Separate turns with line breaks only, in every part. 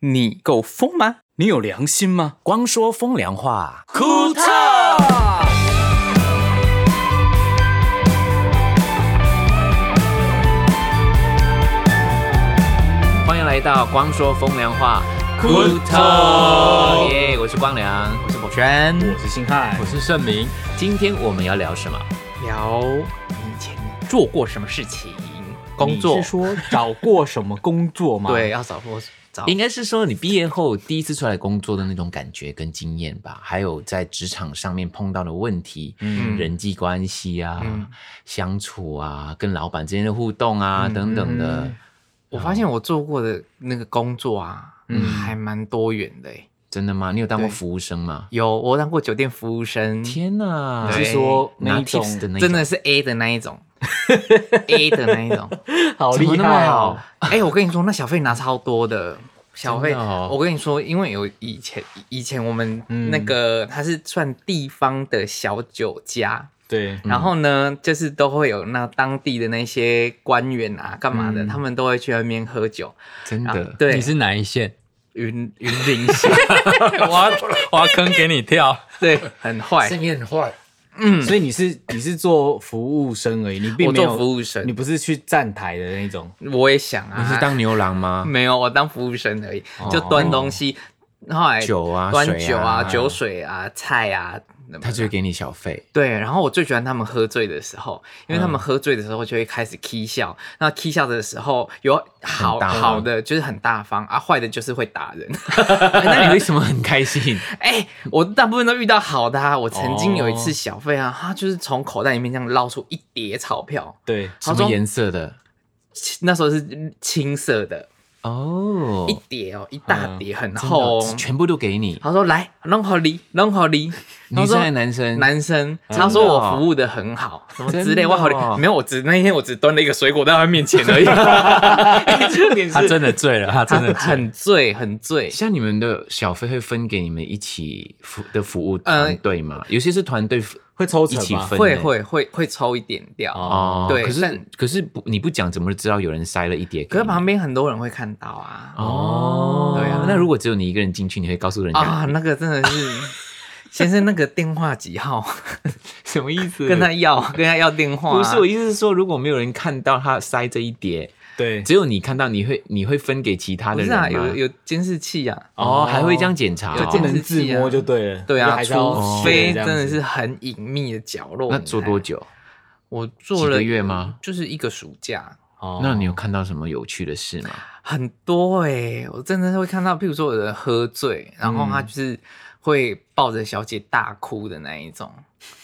你够疯吗？你有良心吗？
光说风凉话，
库特。
欢迎来到光说风凉话，
库特
耶我是光良，我是宝轩，
我是星汉
我，是盛明，
今天我们要聊什么？
聊你以前做过什么事情？
工作
你是说找过什么工作吗？
对，，要找我找，应该是说你毕业后第一次出来工作的那种感觉跟经验吧，还有在职场上面碰到的问题，
嗯
人际关系啊、
嗯
相处啊、跟老板之间的互动啊、
嗯
等等的
嗯，
我发现我做过的那个工作啊，
嗯
还蛮多元的欸。
真的吗？你有当过
对
服务生吗？
有我当过酒店服务生，
天哪！
你
对
是说
拿
那一种
tips 的那一
真
种
的是 A 的那一 种，A 的那一种。
好
怎么
厉
那么
害
好
哦！
哎、我跟你说，那小费拿超多的。小费，
真的哦
我跟你说，因为有以前以前我们
嗯
那个、它是算地方的小酒家，
对，
嗯
然后呢，就是都会有那当地的那些官员啊，干嘛的，
嗯
他们都会去那边喝酒。
真
然后
的，
对，
你是哪一线？
云云林县，
挖挖坑给你跳，
对，很坏。
面很坏。
所以你是你是做服务生而已，你并
我
没有
做服务生
你不是去站台的那种。
我也想啊，
你是当牛郎吗？
没有，我当服务生而已，
哦
就端东西，后来
酒啊
端
水
酒
啊
啊、酒水啊、菜啊，
他就会给你小费。
对。然后我最喜欢他们喝醉的时候，因
嗯
为他们喝醉的时候就会开始 k 笑，那 k 笑的时候有好
很大方
好的就是很大方啊，坏的就是会打人。
哎那你为什么很开心？
哎，我大部分都遇到好的、啊，我曾经有一
哦
次小费啊，他就是从口袋里面这样捞出一叠钞票，
对，
什么颜色的？
那时候是青色的，
哦，
一叠哦，一大叠，很
真的哦
厚、哦。
全部都给你。
他说来弄好你，弄好 你。
女
他
生
说
还是男生？
男生，
的哦
他说我服务的很好，什么之
真
类，
的
我好
哦
没有，我只那天我只端了一个水果到他面前 而已。重点
他
是
真的醉了，他
他
真的醉了。
很醉，很醉。
像你们的小费会分给你们一起服的服务
呃
团队吗？有些是团队服
会抽
一
成
起
吗？
分，
会。会会会抽一点掉，
哦，
欸哦，
对
可是
但
可是不，你不讲怎么知道有人塞了一叠？
可是旁。边很多人会看到啊
哦，
对啊
那如果只有你一个人进去，你会告诉人家
啊，那个真的 是先生那个电话几号，
什么意思
跟他要跟他要电话啊。
不是我意思是说，如果没有人看到他塞这一叠，
对，
只有你看到，你会你会分给其他
不
的
是
人吗？
啊，有有监视器啊。
哦，还会这样检查、
有
哦
不
监视
能自摸就对了。
对
就
啊，
还是要
除
学
非
这
真
样子
的是很隐秘的角落。
那做多？久？
我做了
几个月吗？
就是一个暑假。
哦
那你有看到什么有趣的事吗？
很多哎、我真的是会看到，譬如说有人喝醉，然后
嗯
他就是会抱着小姐大哭的那一种，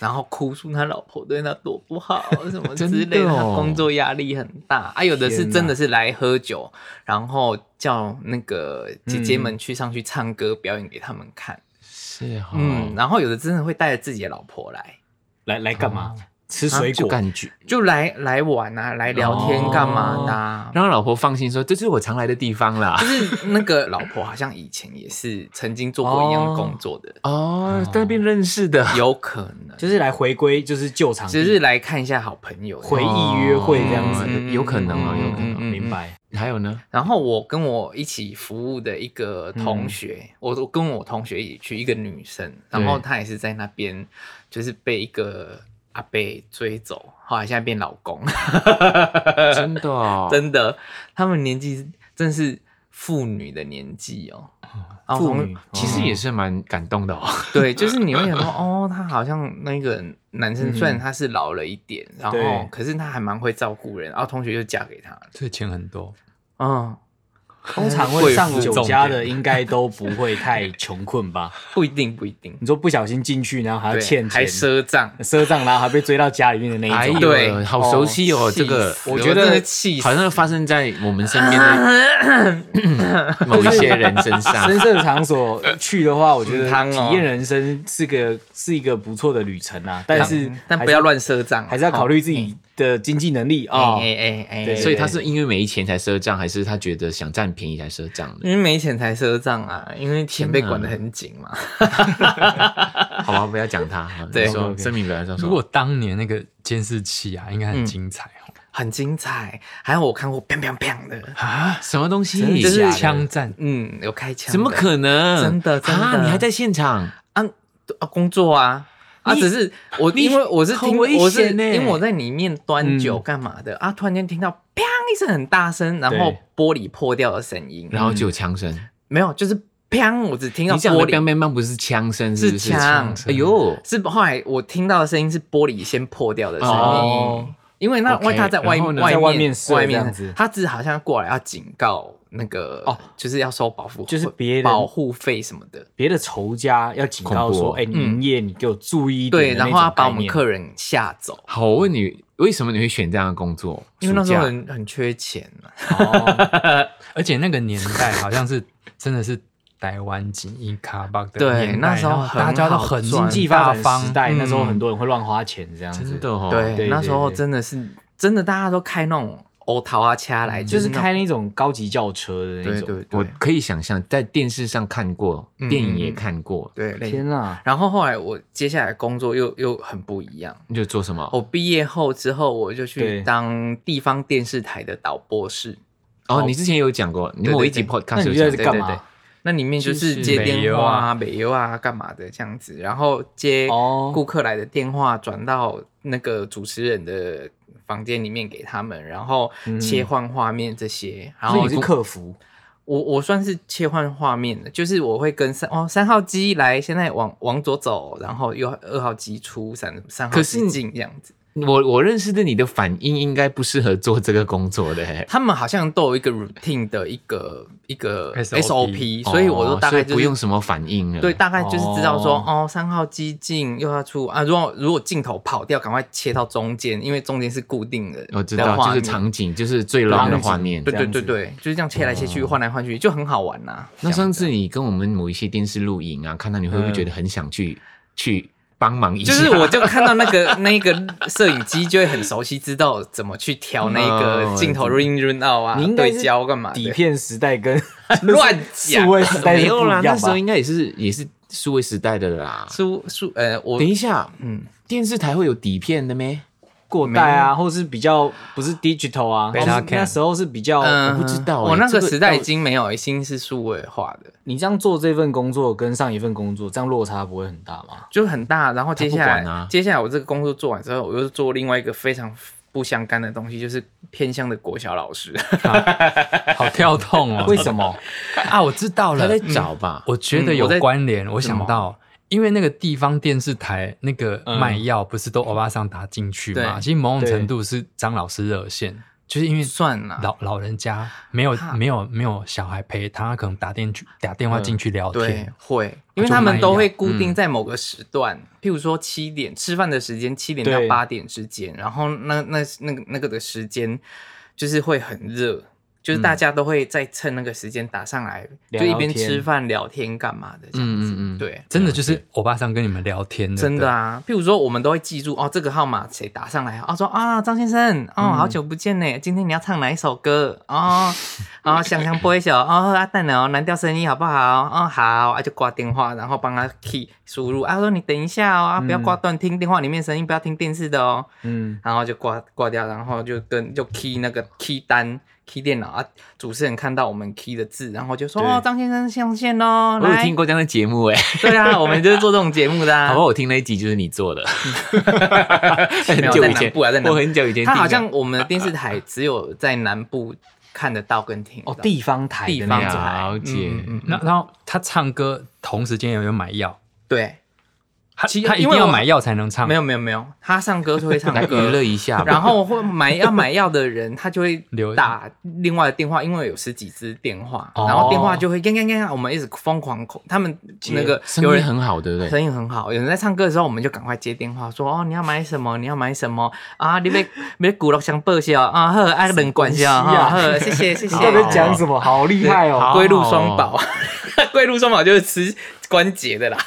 然后哭诉他老婆对他多不 好什么之类
真的
他
哦
工作压力很大啊。有的是
天哪
真的是来喝酒，然后叫那个姐
嗯
姐们去上去唱歌表演给他们看，
是哦哈、
嗯，然后有的真的会带着自己的老婆来，
来来干嘛？吃水
啊就
果？
感觉
就来来玩啊，来聊天
哦
干嘛的啊、
让老婆放心说，这是我常来的地 方啦
就。是那个老婆好像以前也是曾经做过一样的工作的，
哦，在那边认识的，
有可能，
哦就是来回归，就是旧场地，
只是来看一下好朋友。
回忆约会这样子。
嗯有可能哦，有可能。
嗯
明白。
还有呢？
然后我跟我一起服务的一个同学，
嗯
我我跟我同学一起去，一个女生，然后她也是在那边，就是被一个阿贝追走，后来现在变老公，
哦
真的哦，
真的，他们年纪真是妇女的年纪哦。然
嗯
后
妇
我同
女
其实也是蛮感动的哦。
对，就是你会想 说，哦，他好像那个男
嗯
生，虽然他是老了一点，然后
对
可是他还蛮会照顾人，然后同学就嫁给他了。
这钱很多，
嗯，
通常会上酒家的应该都不会太穷困吧？
不一定，不一定，
你说不小心进去，然后还要
对，
欠
还
钱，
赊账。
赊账，然后还被追到家里面的那
哎
一种。
呦，
对
好熟悉哦，
哦
这个
气死
我
我
觉
真
得
的气死
好像发生在我们身 边 的某一些人身上。
深色场所去的话，我觉得
嗯汤哦
体验人生是个是一个不错的旅程啊。但是
但
还
不要，乱赊账，啊
还是要考虑自己的经济能力
哦。
啊。
哎哎哎
对
哎，
所以他是因为没钱才赊账，还是他觉得想占便宜才赊账 的？
因为没钱才赊账啊，因为钱被
天哪
管得很紧嘛。
好吧，不要讲他。好
对
你说
OK，OK
声明不要这样说。
嗯
如果当年那个监视器啊，应该很精彩哦。
很精彩。还有我看过 biang biang biang 的，
啊，
什么东西？
真
就
的
是
假的
枪
枪战，
嗯，有开枪的，
怎么可能？
真的真的
啊！你还在现场？
啊啊工作啊啊！
你
只是我
你
因为我是
好
听
危
我是
险
因
欸
为我在里面端酒
嗯
干嘛的、啊，突然间听到砰一声很大声，然后玻璃破掉的声音，
然后就有枪声。
没有就是砰，我只听到
你讲的
玻
“bang
璃
bang bang” 不是枪声，
是
不是
枪
哎呦，
是后来我听到的声音是玻璃先破掉的声音。
哦
因为那
OK，
因为他在外
然后呢
外
在
面
外面射
外
这样
面
子
他只好像过来要警告那个哦，就是要收保护，
就是别人
保护费什么的。
别的仇家要警告
恐怖
说
哦：“
哎、你营业你给我注意一点。”
对，然后他把我们客人吓走，
好，我问你，为什么你会选这样的工作？
因为那时候
暑假
很很缺钱嘛。
哦
而且那个年代好像是真的是台湾精英卡巴的
对
年代
那时候
然后大家都
很好
很
赚
经
经济
济
发
大
展
方
时，代，那时候
嗯
很多人会乱花钱这样子。
真的哦，
对，
对
那时候
对对
真的是真的，大家都开那种欧桃啊掐来，
嗯就是
那种
开那种高级轿车的那
对
种。
对
我
对
可以想象，在电视上看过，
嗯
电影也看过，
对类似。
天啊哪！
然后后来我接下来工作又又很不一样。
你就做什么？
我毕业后之后，我就去
对
当地方电视台的导播室，
哦，你之前有讲过，你
对
某一集
对
podcast
那
有
你就
讲
在
对
过，
干
对对
嘛？
那里面就是接电话啊、北邮啊、干嘛的这样子，然后接
哦
顾客来的电话，转到那个主持人的房间里面给他们，然后切换画面这些，然
嗯所以
后
你是客服，
我我算是切换画面的，就是我会跟三哦三号机来，现在往往左走，然后右二号机出，三三号
可是
机
你
进这样子。
我我认识的你的反应应该不适合做这个工作的，
他们好像都有一个 routine 的一个一个
SOP
SOP，所以我
哦
就大
所以
概就是、
不用什么反应了。
对，大概就是知道说
哦
哦，三号机进右要出啊。如果如果镜头跑掉，赶快切到中间，因为中间是固定的。
我知
的
道，
画
就是
面
场景，就是最浪的画面
对。
这
对
样
对
子
对，就是这样切来切去，换来换去，就很好玩呐、
哦那
这样
上次你跟我们某一些电视录影啊，看到你会不会觉得很想去去帮忙一下？
就是 我就看到那 个那个摄影机，就会很熟悉，知道怎么去调那个镜头 run run out 啊
你应，该
哦对哎
是
焦干嘛
底
的，
片时代跟
乱讲
数。位时代
没
是不
有
一
啦，
样
那时候
吧？
应该也是也是数位时代的啦。
数数呃，我
等一下，
嗯，
电视台会有底片的咩？
过带啊，或是比较不是 digital 啊，
Beta
就是
cam
那时候是比较。
嗯
我不知道欸
我那
这
个
个
时代
要
已经没有，已经是数位化的，
你这样做这份工作跟上一份工作，这样落差不会很大 吗？
就很大。然后接下
他不管
来，
啊
接下来我这个工作做完之后，我又做另外一个非常不相干的东西，就是偏向的国小老 师。
好跳痛哦。
为什么？
啊？我知道
他在，
了
找吧？
我觉得
嗯我
有
在
关联，我
什么
想到。因为那个地方电视台那个
嗯
卖药不是都欧巴桑打进去嘛？
对
其实某种
对
程度是张老师热线，就是因为
算了，啊
老老人家没有
哈
没有没有小孩陪他，他可能打电去打电话进去聊
嗯对
天，，
会，因为
就
他们
慢
都
一
会
点
固定在某个时段，譬如说七点吃饭的时间，七点到
对
八点之间，然后那那那个那个的时间就是会很热，就是大家都会在趁那个时间打上来，
聊
就一
聊
边
天
吃饭聊天干嘛的这样子。
嗯嗯嗯，
对，
真的就是欧巴桑跟你们聊天，
真
的
的啊，譬如说我们都会记住哦，这个号码谁打上来啊？说啊，张先生，哦，好久不见呢，今天你要唱哪一首歌哦？ 啊，想想播一首哦，阿蛋哦，蓝调声音好不好？哦，好，啊就挂电话，然后帮他 key 输入，啊说你等一下哦，啊不要挂断，听电话里面声音，不要听电视的哦，
嗯，
然后就挂挂掉，然后就跟就 key 那个 key 单。key 电脑啊，主持人看到我们 key 的字，然后就说：“
对
哦，张先生上线喽！”
我有
来
听，过这样的节目哎，
对啊，我们就是做这种节目的 啊。
好吧，我听那一集就是你 做的，很
没有
久
在
以
南
前，
部啊，在南
我
部。
很久以前听的，
他好像我们的电视台只有在南部看得到跟听得
哦，
到
地方台的
地
那
方
种
哦
台
了解
嗯嗯嗯
那然后他唱歌同时间有没有买药？
对，
他
其实
他一
因
定
为
要
我
买药才能唱，
没有没有没有，他上歌就会唱
来
歌
娱乐，一下吧，
然后会买要买药的人，他就会
留
打另外的电话，因为有十几支电话，
哦
然后电话就会干干干，我们一直疯狂扣，他们那个有
声音
人
很好，对不对？
声音很好，有人在唱歌的时候，我们就赶快接电话说哦，你要买什么？你要买什么啊？你别别鼓了，想报销啊，呵，爱冷关销
什么东西
啊，
啊
呵，谢谢 谢谢。
你到底讲什么？好厉害哦！
好
龟鹿双宝， 龟鹿双宝就是吃关节 的啦。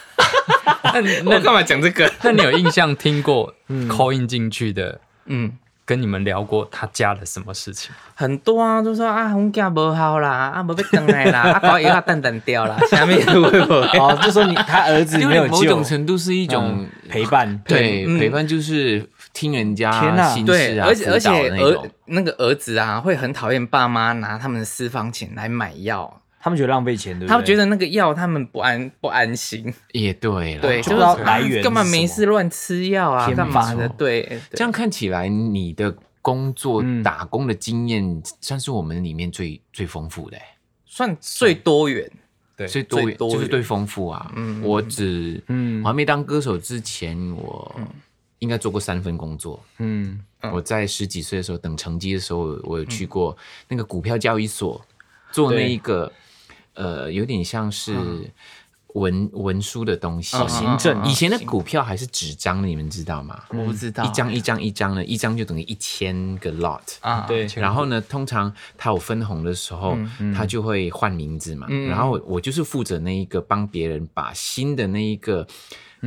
那
我
那
干嘛讲这个？
那你有印象听过 call in 进去的，
嗯，
跟你们聊过他家的什么事情？
很多啊，就说啊，红家不好啦，啊，不被等来啦，啊，搞一下蛋蛋掉 啦，下面会不会？
哦，就说你他儿子
因
没
为
有
某
救嗯
种，程度是一种
陪伴，
对
嗯
陪伴，就是听人家
天哪
心
对，
事啊，
而且而
辅导
且
的那
儿
种，
那个儿子啊，会很讨厌爸妈拿他们的私房钱来买药，
他们觉得浪费钱，对不对？
他们觉得那个药他们不安不安心，
也对啦，
对，
不
就
知
是
道
说
来
啊
源
干嘛
是什
没
么
事乱吃药啊，
偏
干嘛
方
的？
哦
对，对
这样看起来，你的工作、
嗯
打工的经验，算是我们里面最最丰富的欸、
算最多元，
对
最多
最多
就是
元
最丰富啊。
嗯
我只
嗯
我还没当歌手之前，我应该做过三份工作。
嗯，
嗯
我在十几岁的时候，等成绩的时候，我有去过那个股票交易所，做那一个呃，有点像是文文书的东西。
嗯
行政
嗯嗯嗯
以前的
行
股票还是纸张的，你们知道吗？
我不知道
一张一张一张的，一张就等于一千个 lot。
啊，
对，
然后呢，通常它有分红的时候，
嗯
它就会换名字嘛。然后我就是负责那一个帮别人把新的那一个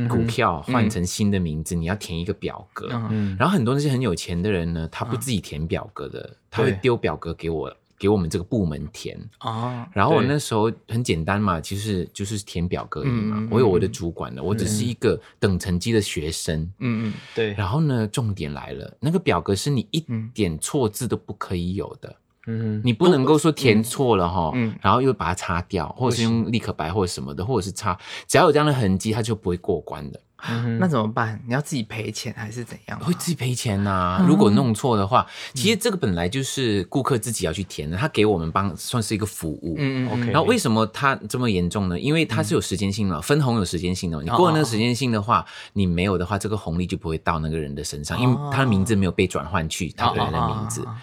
股票换成新的名字，你要填一个表格。
嗯
然后很多那些很有钱的人呢，他不自己填表格的，他会
对
丢表格给我，给我们这个部门填。
啊，
然后我
对
那时候很简单嘛，其实就是填表格而已嘛。
嗯嗯嗯
我有我的主管的，我只是一个等成绩的学生。
嗯嗯，
对，
然后呢，重点来了，那个表格是你一
嗯
点错字都不可以有的，
嗯，
你不能够说填错了哈，
嗯
然后又把它擦掉，或者是用立可白或者什么的，或者是擦，只要有这样的痕迹，它就不会过关的，
嗯
那怎么办？你要自己赔钱还是怎样吗？
会自己赔钱呐、
啊
如果弄错的话，
嗯
其实这个本来就是顾客自己要去填的，他给我们帮算是一个服务。
嗯嗯嗯
OK
然后为什么它这么严重呢？因为它是有时间性的，分红有时间性
哦
的。你过了那个时间性的话，你没有的话，这个红利就不会到那个人的身上，因为他的名字没有被转换去他本来的名字
哦哦哦哦哦。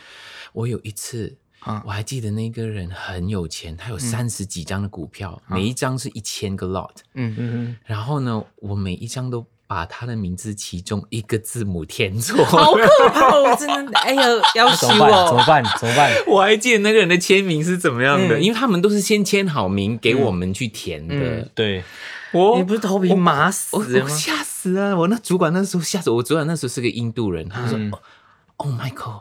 我有一次
啊。
我还记得那个人很有钱，他有三十几张的股票，每一张是一千个 lot。
嗯，
嗯，
然后呢，我每一张都把他的名字其中一个字母填 错。
好可怕！我真的，哎呀，要
那
修
怎么办？怎么
哦。
办？怎么办？
我还记得那个人的签名是怎么样的，
嗯
因为他们都是先签好名给我们去填的。
嗯
对，
你不是头皮麻死
我
了
嗯我
吗？
吓死了！我那主管那时候吓死我，我主管那时候是个印度人，他说、o h Michael。”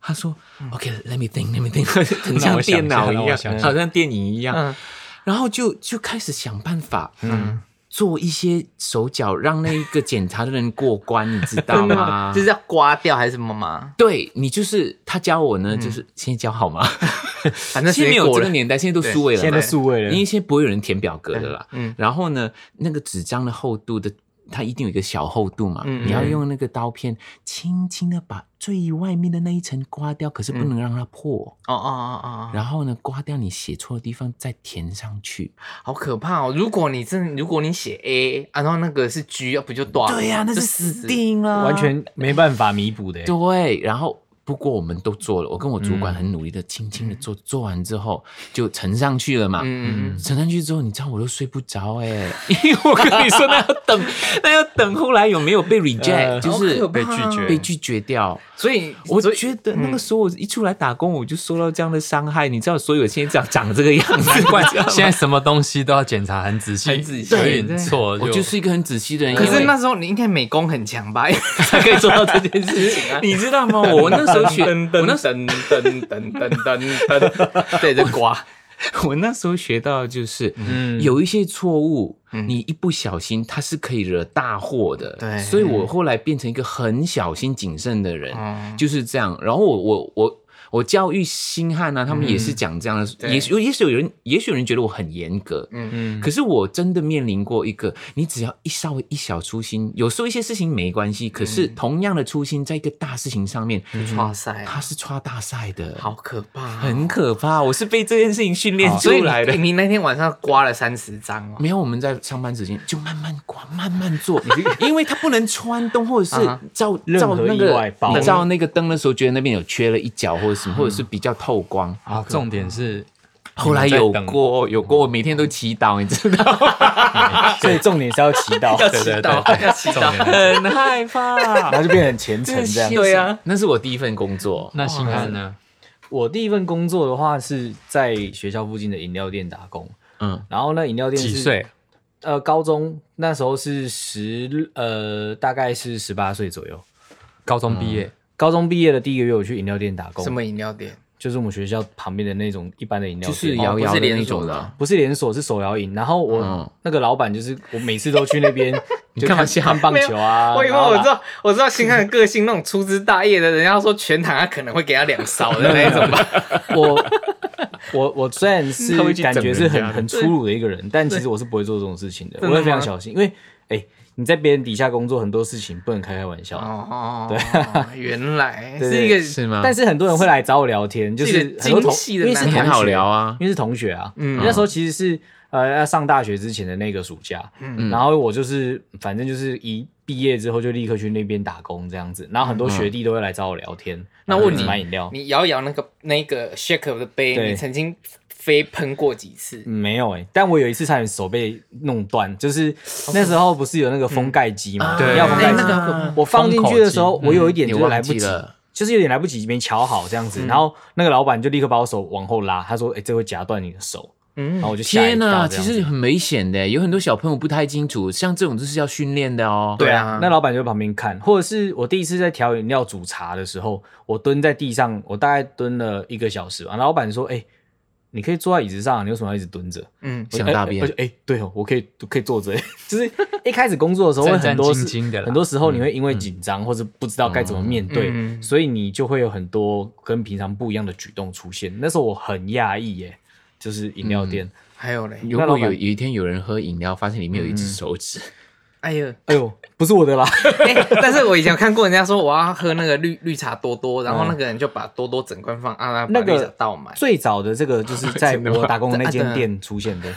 他说：“OK，let、me 嗯 think，let me think，很像
我想
电
一下
脑
让
一
我
样
想一，下
好像电影一样。
嗯
然后就就开始想办法，
嗯，
做一些手脚，让那一个检查的人过关，你知 道
真的吗？
吗？
啊就是要刮掉还是什么吗？
对你就是他教我呢，就是先教好吗？
反正
现
结
在没有
果
这个
了。
年代，现在都数位了嘛，
现在都数位了
因为现在不会有人填表格的啦。
嗯嗯
然后呢，那个纸张的厚度的，它一定有一个小厚度嘛，
嗯嗯
你要用那个刀片轻轻的把最外面的那一层刮掉，可是不能让它破。
哦哦哦哦哦，
然后呢，刮掉你写错的地方再填上去。
好可怕哦！如果你真，如果你写 A，啊然后那个是 G，要不就断了？
对呀、那
就是
死。定啦，
完全没办法弥补的。欸
对，然后不过我们都做了，我跟我主
嗯
管很努力的，轻轻的做，做完之后就呈上去了嘛。
嗯嗯嗯，
呈上去之后，你知道我都睡不着哎、 因为我跟你说，那要等，那要等后来有没有被 reject，、
呃
就是
嗯好可怕哦
被拒绝
被拒绝掉。
所以
我
所以嗯
觉得那个时候我一出来打工，我就受到这样的伤害。你知道，所以我现在长长这 个样子，
现在什么东西都要检查很仔细，
很仔细
有
对
点错，
我就是一个很仔细的人。
可
因为。
是那时候你应该美工很强吧，才可以做到这件事情 啊
你知道 吗？我那时候学，我那时候
噔噔噔噔噔噔，对着刮，
我那时候学到的就是，
嗯
有一些错误，你一不小心，它是可以惹大祸的。
对
所以我后来变成一个很小心谨慎的人，
嗯
就是这样。然后我我我我教育星汉啊，他们也是讲这样的，
嗯对
也许也许有人也许有人觉得我很严格，
嗯
嗯，可是我真的面临过一个，你只要一稍微一小粗心，有时候一些事情没关系，可
嗯
是同样的粗心，在一个大事情上面，
嗯
哇塞，
它是抓大赛的，
好可怕哦，
很可怕。我是被这件事情训练出
所以
来的
你。你那天晚上刮了三十张哦，
没有，我们在上班时间就慢慢刮，慢慢 做，因为它不能穿洞，或者是
啊
照
任
照
何
那
意外
个
包
你照那个灯的时候，觉得那边有缺了一角或者什么，或者是比较透光。
啊，重点是
后来有
你们在等
过有过，我每天都祈祷，你知道，
所以重点是要祈祷，
对对对，要祈祷。
很害怕
然。后就变得很虔诚这样。
对啊，那是我第一份工作。
那星汉呢？
我第一份工作的话是在学校附近的饮料店打工，
嗯，
然后那饮料店是
几？岁？
呃，高中那时候是十呃，大概是十八岁左右。
高中毕业，
高中毕业的第一个月，我去饮料店打工，
什么饮料店？
就是我们学校旁边的那种一般的饮料
就
店，
是
哦
摇摇的那
连锁
种
的
的。
不是连锁，是手摇饮。然后我、
嗯
那个老板就是我每次都去那边你干嘛去看棒球啊？
我以为
然后
我
啦
知道，我知道星汉的个性那种粗枝大叶的，人家说全躺，他可能会给他两勺的那一种 吧。
我我我虽然是
他会去
感觉是
整人
很
家的
很粗鲁的一个人，但其实我是不会做这种事情的，我
的吗
会非常小心，因为哎、你在别人底下工作，很多事情不能开开玩笑。
哦，原来
对
是一个
是吗？
但是很多人会来找我聊天，就是是
一个
很多同
精细的
因为是
男
同
孩
学
很好聊啊，
因为是同学啊，
嗯
那时候其实是呃要上大学之前的那个暑假，
嗯
然后我就是反正就是一毕业之后就立刻去那边打工这样子，然后很多学弟都会来找我聊天，
那
然后
问
一直
你
买饮料，
你摇一摇那个那个 shake 的杯，
对
你曾经飞喷过几次？
没有哎、但我有一次差点手被弄断，就是那时候不是有那个封盖机嘛，
哦嗯对
要封盖
哎
机，
那个
我放进去的时候，
封口机
我有一点
嗯你
就是来
忘
不
记
及，
了，嗯
就是有点来不及没瞧好这样子，然后那个老板就立刻把我手往后拉，他说：“哎、这会夹断你的手。”然
嗯
后我就吓一
天
跳
呐，
这
其
样子
实很危险的，有很多小朋友不太清楚，像这种就是要训练的哦。
对啊，
那老板就在旁边看，或者是我第一次在调饮料煮茶的时候，我蹲在地上，我大概蹲了一个小时吧。老板说：“哎、你可以坐在椅子上，你为什么要一直蹲着？”
嗯，
我就
想大
哎
便
我就哎、对哦，我可以可以坐着， 就是嗯一开始工作的时候会
战
很
战
多
兢
事
兢的啦，
很多时候你会因为紧张或者不知道该怎么面对，
嗯
所以你就会有很多跟平常不一样的举动出现。那时候我很讶异耶，就是饮料店，
还有嘞，
如
那老
果
板嗯
有有一天有人喝饮料，发现里面有一只手指，
哎呦，
哎呦，不是我的啦，
哎但是我以前有看过人家说我要喝那个绿绿茶多多，然后那个人就把多多整罐放啊，把
嗯那个
绿茶倒满，
最早的这个 就是在
真的吗
我打工的那间店出现 的，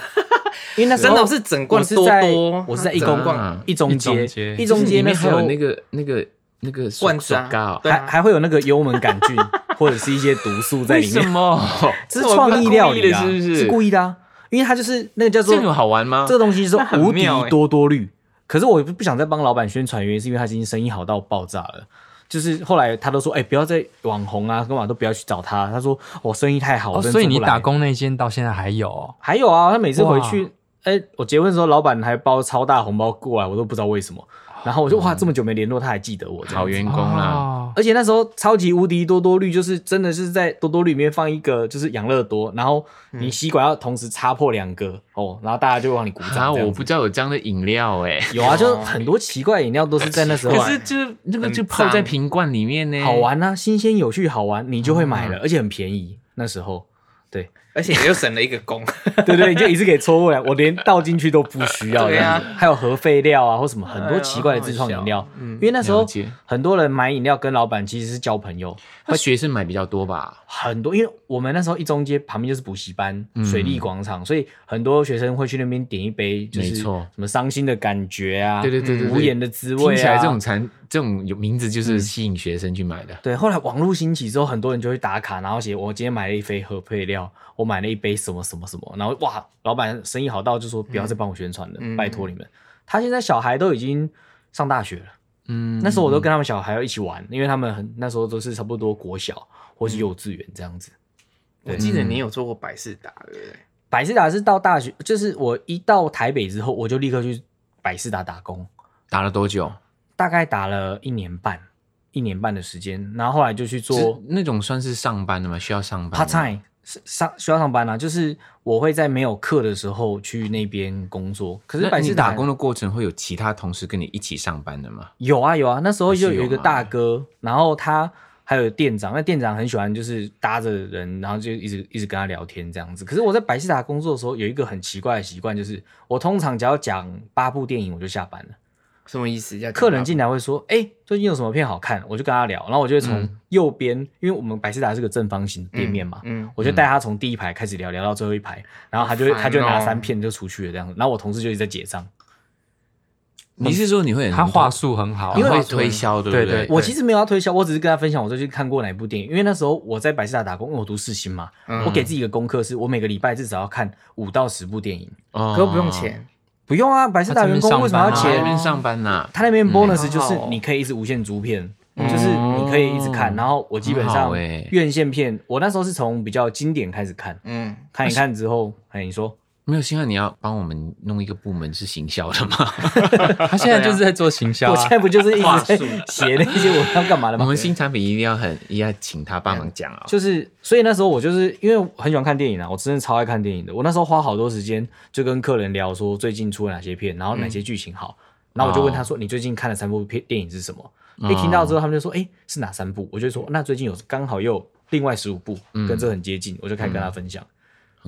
因为那时
真
候
的是整罐
我是
多
在
多
我是在
整
一公
罐
一中
一中
街
街
一中街
里
那
面
时
还
候
有那个那个那个手
罐子啊
手膏
对
还还会有那个幽门杆菌或者是一些毒素在
为
里
什
面，
么？
这是创意料理啊，
故意的是不是
故意的啊，因为它就是那个叫做
这个好玩吗
这？个东西是
那很
无敌
妙欸
多多绿。可是我不想再帮老板宣传，原因是因为他已经生意好到爆炸了。就是后来他都说，哎、不要再网红啊，干嘛都不要去找他。他说我生意太好，我
哦，
真的
所以
做不
你
来
打工那间到现在还有哦，
还有啊，他每次回
哇
去，哎、我结婚的时候，老板还包超大红包过来，我都不知道为什么。然后我就哇，这么久没联络，他还记得我，这样子
好员工啦，
哦
而且那时候超级无敌多多绿，就是真的是在多多绿里面放一个就是养乐多，然后你吸管要同时插破两个、哦，然后大家就会帮你鼓
啊，
掌。
我不知道有这样的饮料哎，
有啊，就是很多奇怪饮料都是在那时候
可
啊
是哎就是那个
很
就泡在
脏
瓶罐里面呢，
好。玩啊，新鲜有趣，好玩，你就会买了，而且很便宜。那时候，对
而且你就省了一个工，
对对，你就一次给戳过来，我连倒进去都不需要。
对
这
啊
样子还有核废料啊，或什么很多奇怪的自创饮料。因为那时候
了解
很多人买饮料跟老板其实是交朋友，
他学生买比较多吧？
很多，因为我们那时候一中街旁边就是补习班、
嗯
水利广场，所以很多学生会去那边点一杯，就是
没
什
错
么伤心的感觉啊，
对对对对对
无言的滋味啊。
听起来这种产这种有名字就是吸引学生去买的。
对，后来网络兴起之后，很多人就会打卡，然后写我今天买了一杯核配料，我买了一杯什么什么什么，然后哇，老板生意好到就说不要再帮我宣传了，
嗯
拜托你们。他现在小孩都已经上大学了，
嗯
那时候我都跟他们小孩一起玩，因为他们很那时候都是差不多国小或是幼稚园这样子。
我记得你有做过百事达，对不对？
百事达是到大学，就是我一到台北之后，我就立刻去百事达打工，
打了多久？
大概打了一年半，一年半的时间，然后后来就去
是
做
那种算是上班的吗？需要上班
part
吗？
time 是上需要上班啊，就是我会在没有课的时候去那边工作。可是
那
百
你
事达
打工的过程会有其他同事跟你一起上班的吗？
有啊有啊，那时候就有一个大
还
哥，然后他还有店长，那店长很喜欢就是搭着人，然后就一直一直跟他聊天这样子。可是我在百事达工作的时候，有一个很奇怪的习惯，就是我通常只要讲八部电影，我就下班了。
什么意思？要
客人进
来，
来会说：“哎、最近有什么片好看？”我就跟他聊，然后我就会从右边，因为我们百事达是个正方形的店面嘛，哦
嗯嗯
我就带他从第一排开始聊，聊到最后一排，然后他就会、
好烦哦
他就拿三片就出去了这样子，然后我同事就一直在结账。嗯
你是说你会很
他话术很好啊，
因为
话
会
术
推销，对不
对对
我其实没有要推销，我只是跟他分享我最近看过哪部电影，因为那时候我在百事达打工，因为我读四星嘛，
嗯
我给自己一个功课是，我每个礼拜至少要看五到十部电影。
哦
可不用，钱，
不用啊，百事达员
他这边
工
上班
为什么要
啊
钱
钱？
那边上班呐。
他那边 bonus 就
好
是
好哦
你可以一直无限租片，就是你可以一直看。然后我基本
很好
上
欸
院线片，我那时候是从比较经典开始看，
嗯，
看一看之后，哎，你说
没有，星汉，你要帮我们弄一个部门是行销 的吗？
他现在就是在做行销
我
啊
现。在不就是一直在
话术
写那些我要干嘛的
我
吗
们？新产品一定要很，一定要请他帮忙讲啊。
就是，所以那时候我就是因为我很喜欢看电影啊，我真的超爱看电影的。我那时候花好多时间就跟客人聊说最近出了哪些片，然后哪些剧情好，然后我就问他说：“你最近看了三部片电影是什么？”一听到之后，他们就说：“哎，是哪三部？”我就说：“那最近有刚好又有另外十五部跟这很接近，我就开始跟他分享。”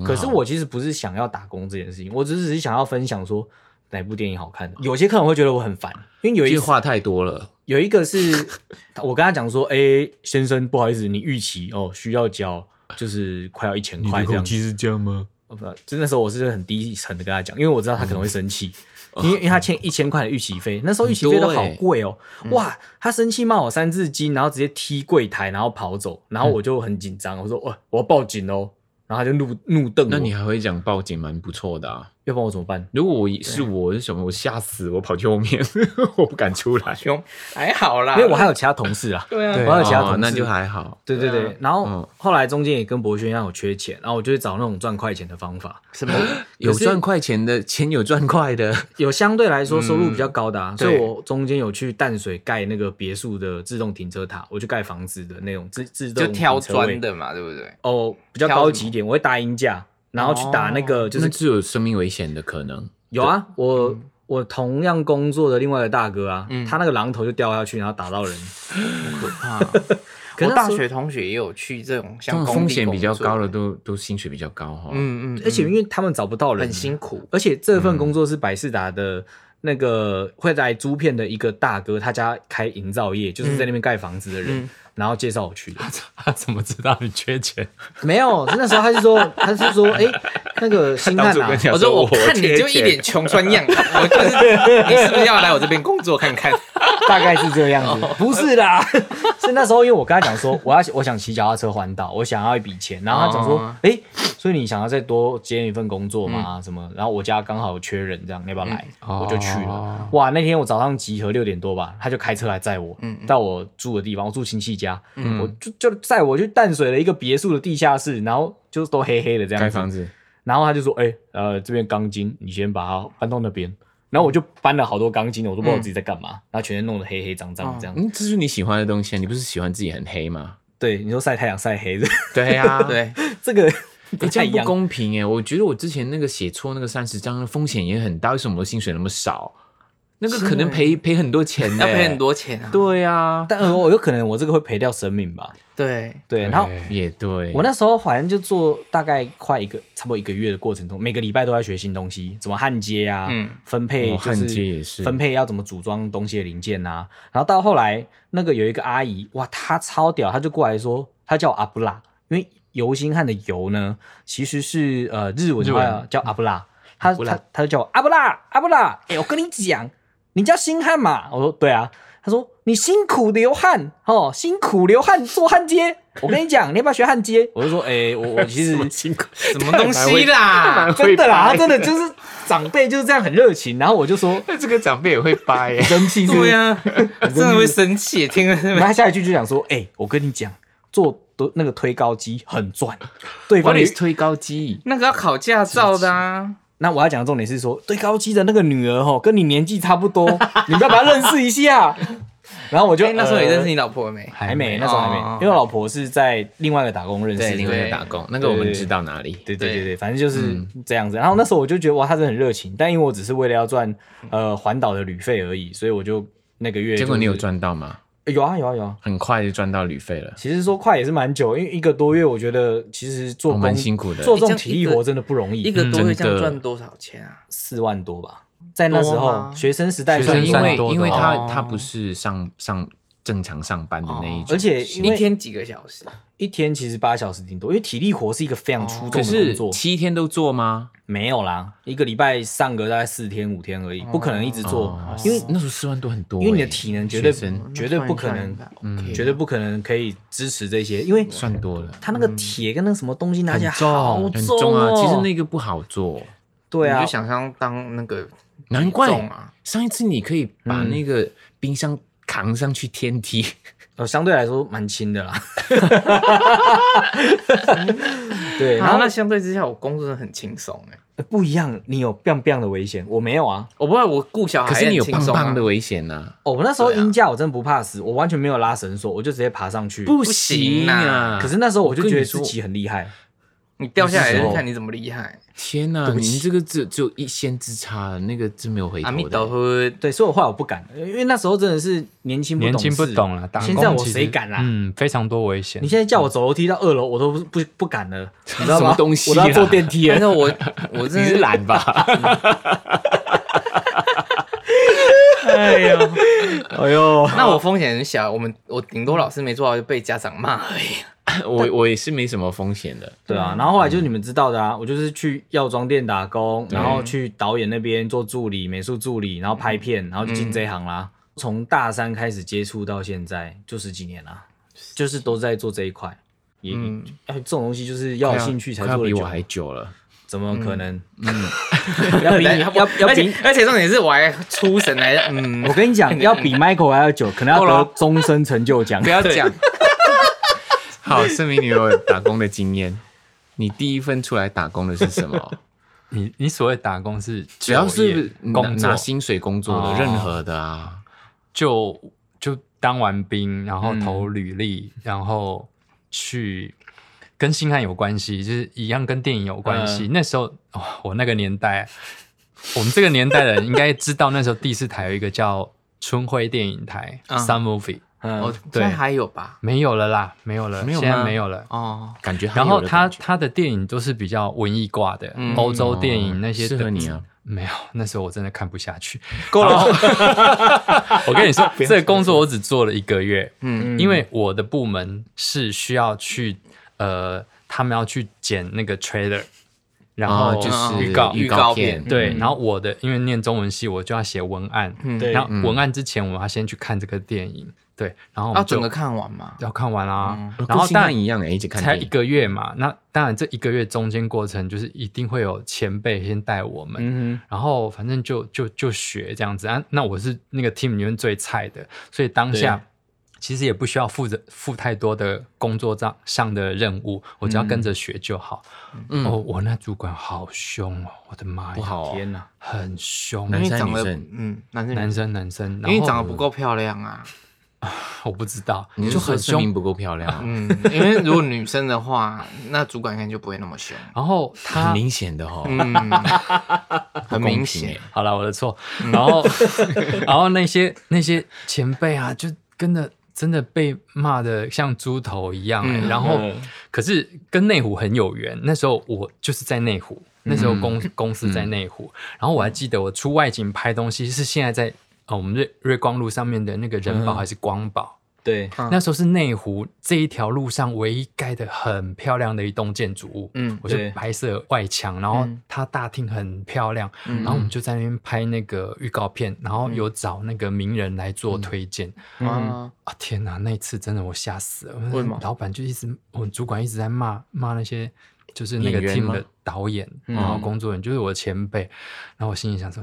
可是我其实不是想要打工这件事情，我只是只是想要分享说哪部电影好看的。有些客人会觉得我很烦，因为有一
这话太多了。
有一个是 我跟他讲说：“哎，先生，不好意思，你预期哦需要交就是快要一千块这样子。”
是这样吗？
我不知道，就那时候我是很低层的跟他讲，因为我知道他可能会生 气，
哦
因为因为他欠一千块的预期费，那时候预期费都好贵哦、
欸嗯
哇，他生气骂我三字经，然后直接踢柜台，然后跑走，然后我就很紧张，我说哇，我要报警哦，然后他就怒怒瞪我，
那你还会讲报警，蛮不错的啊。
要不然我怎么办？
如果我是我是什么，我吓死，我跑去后面， 我不敢出 来。
凶还好啦，
因为我还有其他同事啊，
对啊，
对
我还有其他同
啊哦
事，
那就还好。
对对
对
对
啊，
然
嗯
后后来中间也跟博轩一样有缺钱，然后我就去找那种赚快钱的方法，
什 么？
有
可是
赚快钱的，钱有赚快的，
有相对来说收入比较高的、啊，所以
嗯对
我中间有去淡水盖那个别墅的自动停车塔，我去盖房子的那种自自动
就挑
停车位
砖的嘛，对不对？
哦，比较高级一点，我会搭鹰架，然后去打那
哦
个就
就是
是、
只有生命危险的可能。
有啊，我、我同样工作的另外一个大哥啊，
嗯
他那个榔头就掉下去，然后打到人。
啊，
可
我
是
大
那时候
学同学也有去这种
这
像
种
工地
风险比较
工作
高的，都都薪水比较高哈。
嗯嗯，
而且因
嗯
为他们找不到人，
很辛苦，
而且这份工作是百事达的那个会来租片的一个大哥，他家开营造业，就是在那边盖房子的人，
嗯
然后介绍我去的。
他 怎么知道你缺钱？
没有，那时候他就说，他就说，哎、那个星汉啊，
我说我看你就一脸穷酸样，我就是你是不是要来我这边工作看看？
大概是这样子，不是啦， 是那时候因为我跟他讲说，我要我想骑脚踏车环岛，我想要一笔钱，然后他讲说，
哦
哎、所以你想要再多接一份工作吗？什么？然后我家刚好有缺人，这样你要不要来？我就去了
哦。
哇，那天我早上集合六点多吧，他就开车来载我，到我住的地方，我住亲戚家，我就就载我去淡水的一个别墅的地下室，然后就都黑黑的这样
盖
子
房子，
然后他就说：“哎、呃，这边钢筋，你先把它搬到那边。”然后我就搬了好多钢筋，我都不知道我自己在干嘛，然后全身弄得黑黑脏脏这样。
嗯，这是你喜欢的东西啊，你不是喜欢自己很黑吗？
对，你说晒太阳晒黑 的，
对啊，对。
对，
这个
欸
不
这
太
样
一
不
样。
公平哎！我觉得我之前那个写错那个三十章的风险也很大，为什么我薪水那么少？那个可能赔赔很多钱呢，
要赔很。多钱啊。
对啊，
但我有可能我这个会赔掉生命吧？
对，
对，
哎
然后
也对。
我那时候反正就做大概快一个差不多一个月的过程中，每个礼拜都在学新东西，怎么焊接啊，
嗯
分配、
哦
就是
焊接也是
分配要怎么组装东西的零件啊。然后到后来那个有一个阿姨，哇，她超屌，她就过来说，她叫我阿布拉，因为油星汉的油呢其实是呃日文的
日
话
文
叫阿布拉，她
布拉
她她就叫我阿布拉阿布拉，哎、我跟你讲，你叫星汉嘛？我说对啊。他说：“你辛苦流汗哦，辛苦流汗做焊接。我跟你讲，你要不要学焊接？”我就说：“哎、我我 其实
辛苦，
什么东 西啦？
真的啦，他真的就是长辈就是这样很热情。然后我就说
这个长辈也会掰哎。
生气是不
对啊
是，
呀，真的会生气，听了
然后他下一句就讲说，哎、我跟你讲，做的那个推高机很赚，对方
管理
也
是推高机，
那个要考驾照的啊，
那我要讲的重点是说，推高机的那个女儿哦，跟你年纪差不 多，你不要把她认识一下。然后我就、
哎，那时候你认识
呃
你老婆了没？
还没，那时候还没，
哦
因为我老婆是在另外一个打工认识的，
另外一个打工，那个我们知道哪里。
对对对对，反正就是
嗯
这样子。然后那时候我就觉得哇，他真的很热情，但因为我只是为了要赚呃环岛的旅费而已，所以我就那个月、
结果你有？赚到吗？
有啊有啊有啊。
很快就赚到旅费了。
其实说快也是蛮久，因为一个多月，我觉得其实做
哦
工
蛮辛苦的
做这种体力活真的不容易，
一个多月
嗯
这样
真的
赚多少钱啊？
四万多吧，在那时
多
候
吗
学生时代
学
算
生
因
三
为
多的
因为他
哦
他不是上上正常上班的那一种，
而且因
一
为
天几个小时？
一天其实八小时挺多，因为体力活是一个非
哦
常出众
可
的工
是
作，
七天都做吗？
没有啦，一个礼拜上个大概四天五天而已，不可能一直做，
哦
因为
那时候四万多很多欸，
因为你的体能绝对
学生
绝对不可能，
嗯，
绝对不可能可以支持这些，因为
算多了。
他那个铁跟那个什么东西拿起来
很重
好
很
重
重啊！
哦
其实那个不好做，
对
你
啊
就，想象当那个
难
重
怪
啊，
上一次你可以把那个冰箱扛上去天梯，
呃，相对来说蛮轻的啦。对，
然
然
后
后
那相对之下，我工作真的很轻松哎，
呃不一样，你有 biang biang 的危险，我没有啊。
我不知道我顾小孩
可是你有
很轻
胖
松啊
胖的危险呐，
哦，我那时候
对啊
鹰架我真的不怕死，我完全没有拉绳索，我就直接爬上去。
不
行啊
行啊！
可是那时候我就觉得
我跟
自
你说
己很厉害，
你掉下来
那时候
就看你怎么厉害。
天哪，您这个只只有一线之差了，那个真没有回
阿弥陀
头的。
佛，
对，所以我后来我不敢，因为那时候真的是年轻不懂
年
事
轻不懂啊了，打工
现在我
其实
谁敢啦啊
嗯，非常多危险
你。现在叫我走楼梯到二楼，我都不不不敢了，你知道
什
吗？
么东西
我都要
啦
坐电梯
但是
了。
我我真的
你是懒吧？
哎 呦，哎呦，
那我风险很小，我们我顶多老师没做好就被家长骂而已。
我我也是没什么风险的。
对啊，然后后来就是你们知道的啊，我就是去药妆店打工，然后去导演那边做助理、美术助理，然后拍片，然后就进这一行啦。从大三开始接触到现在，就十几年啦，就是都在做这一块。也，
嗯
哎，这种东西就是要有兴趣才
快要
做
比
得久
我，还久了。
怎么可能？嗯， 要比要要
而
比
且而且重点是我还出神来，嗯
我，跟你讲，要比 Michael 还要久，可能要得终身成就 奖。
不要讲，
好，证明你有打工的经验。你第一份出来打工的是什 么？
你你所谓打工是
只要
就
是
业
拿
工作
拿，薪水工作
哦
的，任何的啊。
就就当完兵，然后投
嗯
履历，然后去跟星汉有关系，就是一样跟电影有关
嗯
系。那时候、哦、我那个年代，我们这个年代的人应该知道，那时候第四台有一个叫春晖电影台、
嗯
Sun Movie，
我
嗯，
现在还有吧？
没有了啦，没有了，
没有吗
现在没有了。
哦，
感觉还
然后
有的
他
感觉
他的电影都是比较文艺挂的
嗯，
欧、洲电
哦
影那些
适合你啊。
没有，那时候我真的看不下去，够了。我跟你说，这个工作我只做了一个月，
嗯
因为我的部门是需要去呃，他们要去剪那个 trailer，然后
哦就是
预告。
预告
告嗯
片
对，然后我的因为念中文系，我就要写文案，
嗯
对
然后文案之前我要先去看这个电影，对，然后我
要
们就
啊整个看完嘛。
要看完啊，
然
然
后
后但
但一样哎，一起看
才
电
一
影。
个月嘛，那当然这一个月中间过程就是一定会有前辈先带我们，
嗯
然后反正就就就学这样子啊。那我是那个 team 里面最菜的，所以当下其实也不需要负责负太多的工作上上的任务，我只要跟着
嗯
学就好。哦，我那主管好凶哦，我的妈呀，
不好
哼，
哦，
天哪，
很凶。
男
因为
生
长得
女生
嗯，男生
男
女生，
生男生，
因为
然后
长得不够漂亮啊。
我不知道，
你
就
就
很
很声
凶
明不够漂亮，啊
嗯，因为如果女生的话，那主管应该就不会那么凶。
然后
很
他
明显的哦，
嗯，很明显。
好了，我的错。然后， 然后那些那些前辈啊，就跟着真的被骂的像猪头一样、欸
嗯
然后，
嗯
可是跟内湖很有缘。那时候我就是在内湖，
嗯
那时候公、公司在内湖、然后我还记得我出外景拍东西是现在在呃我们瑞瑞光路上面的那个人保还是光宝。
对，
嗯
那时候是内湖这一条路上唯一盖的很漂亮的一栋建筑物，
嗯
我就
对
白色外墙，然后
嗯
它大厅很漂亮，然后我们就在那边拍那个预告片，然后有找那个名人来做推荐。
啊，
啊天哪，那一次真的我吓死了，
为什么
老板就一直我们主管一直在骂骂那些就是那个
演员
team
吗
的导演，
嗯
然后工作人员就是我的前辈，然后我心里想说，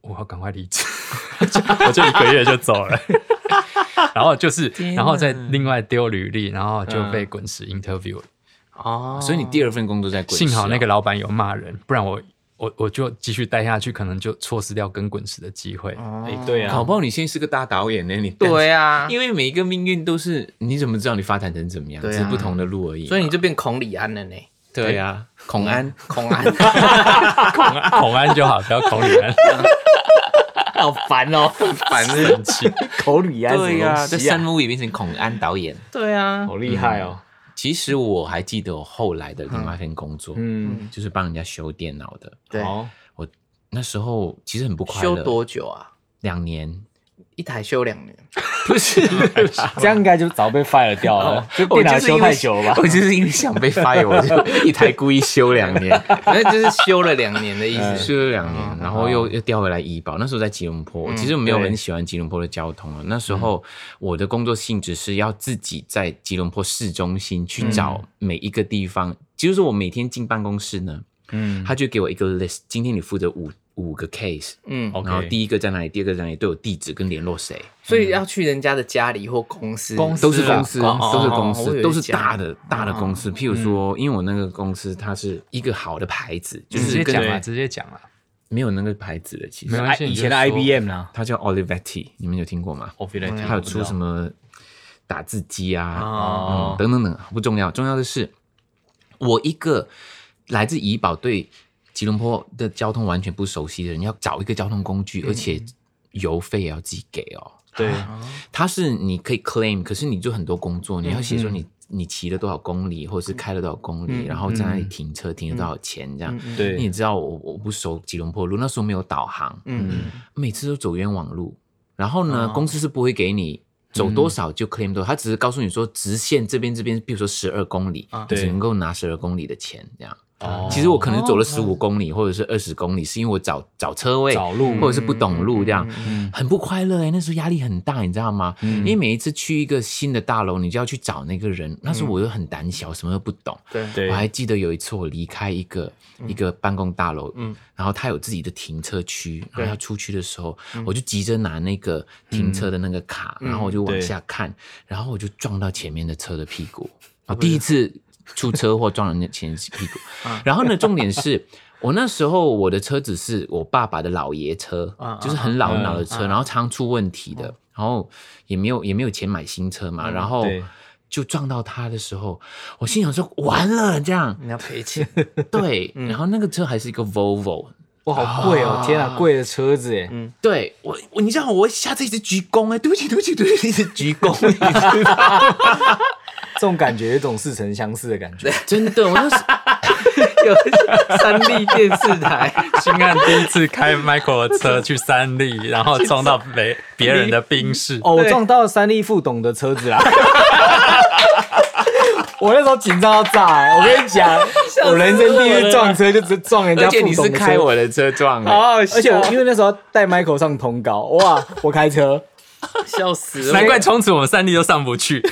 我要赶快离职， 我就一 个月就走了。 然后就是，然后再另外丢履历，然后就被滚石 interview 了。
哦，
所以你第二份工作在鬼市啊
幸好那个老板有骂人，不然我我我就继续待下去，可能就错失掉跟滚石的机会。
哎，对
搞
啊，
不好你现在是个大导演呢，你
对啊，
因为每一个命运都是，你怎么知道你发展成怎么样？
对啊
只是不同的路而已嘛。
所以你就变孔里安了呢。
对啊，孔安，
孔安，
孔 安孔安就好，不要孔里安。
好烦哦，
反正
口里啊，
对
呀
啊，，在三幕也变成孔安导演。
对啊，
好厉害哦，
其实我还记得我后来的另外一份工作，
嗯，
就是帮人家修电脑的。
对，
好，
我那时候其实很不快乐，
修多久啊？
两年，
一台修两年，
不是，
这样应该就早被 fire 掉了，就电脑修太久了吧
我？就是因为想被 fire，我就一台故意修两年，
那就是修了两年的意思。
修了两年，然后又又调回来医保。那时候在吉隆坡，我其实没有
对
很喜欢吉隆坡的交通啊。那时候我的工作性质是要自己在吉隆坡市中心去找每一个地方，就是我每天进办公室呢，
嗯
他就给我一个 list，今天你负责五五个 case，
嗯，
然后
，OK，
第一个在哪里，第二个在哪里，都有地址跟联络谁。
所以要去人家的家里或公司，
公司
都是
啊
公司，
哦哦
都是公
哦我以
司，
为
都是
家
大的大的公司。譬如说，因为我那个公司它是一个好的牌子， 就
直接
是
讲
跟
啊，直接讲啊，
没有那个牌子的，其
没
实
关系
以
你就
前的
说
IBM 啦
它叫 Olivetti，你们有听过吗？
o f i c
它有出什么打字机啊，
哦
嗯，等等等，不重要，重要的是我一个来自怡保对吉隆坡的交通完全不熟悉的人，要找一个交通工
嗯
具，而且油费也要自己给哦。
对，
它是你可以 claim，可是你做很多工作，你要写说你、你骑了多少公里，或者是开了多少公里，
嗯
然后在那里停车、停了多少钱这样。
嗯
对
你也知道我我不熟吉隆坡路，那时候没有导航，
嗯
每次都走冤枉路。然后呢，
哦
公司是不会给你走多少就 claim 多少，他只是告诉你说直线这边这边，比如说十二公里，
啊
你只
对
能够拿十二公里的钱这样。
哦
其实我可能走了十五公里或者是二十公里，是因为我找找车位，
找路
或者是不懂路这样
嗯，
很不快乐哎、那时候压力很大，你知道吗？因为每一次去一个新的大楼，你就要去找那个人。那时候我又很胆小，什么都不懂。
对对，
对
我还记得有一次我离开一个、一个办公大楼，
嗯
然后它有自己的停车区，然
对嗯
后要出去的时候，我就急着拿那个停车的那个卡，然后我就往下看，然后我就撞到前面的车的屁股，
啊
我第一次出车祸撞人家前屁 股，
啊
然后呢，重点是。我那时候我的车子是我爸爸的老爷车
啊，哦
就是很老很老的车，然后常出问题的，然后也没有也没有钱买新车
嗯
嘛，然后
对
就撞到他的时候，我心想说完了这样，
你要赔钱，
嗯对，然后那个车还是一个 Volvo，
哇，好贵哦！天啊，贵的车子哎，
对我我你知道我下次一直鞠躬哎、 对不起对不起对不起，一直鞠躬，你知道吗
这种感觉有一种似曾相识的感觉。
真的，我 那时
有三立电视台，
新汉第一次开 Michael 的车去三立，然后撞到别别人的宾士，
哦，我撞到三立副董的车子啦！ 我那时候紧张到炸哎！我跟你讲，我人生第一次撞车就直撞人家
而
副
且
董
你
的车，
是开我的车撞哎的、
好好笑
而且我因为那时候带 Michael 上通告，哇，我开车
笑死了，
难怪从此我们三立都上不去。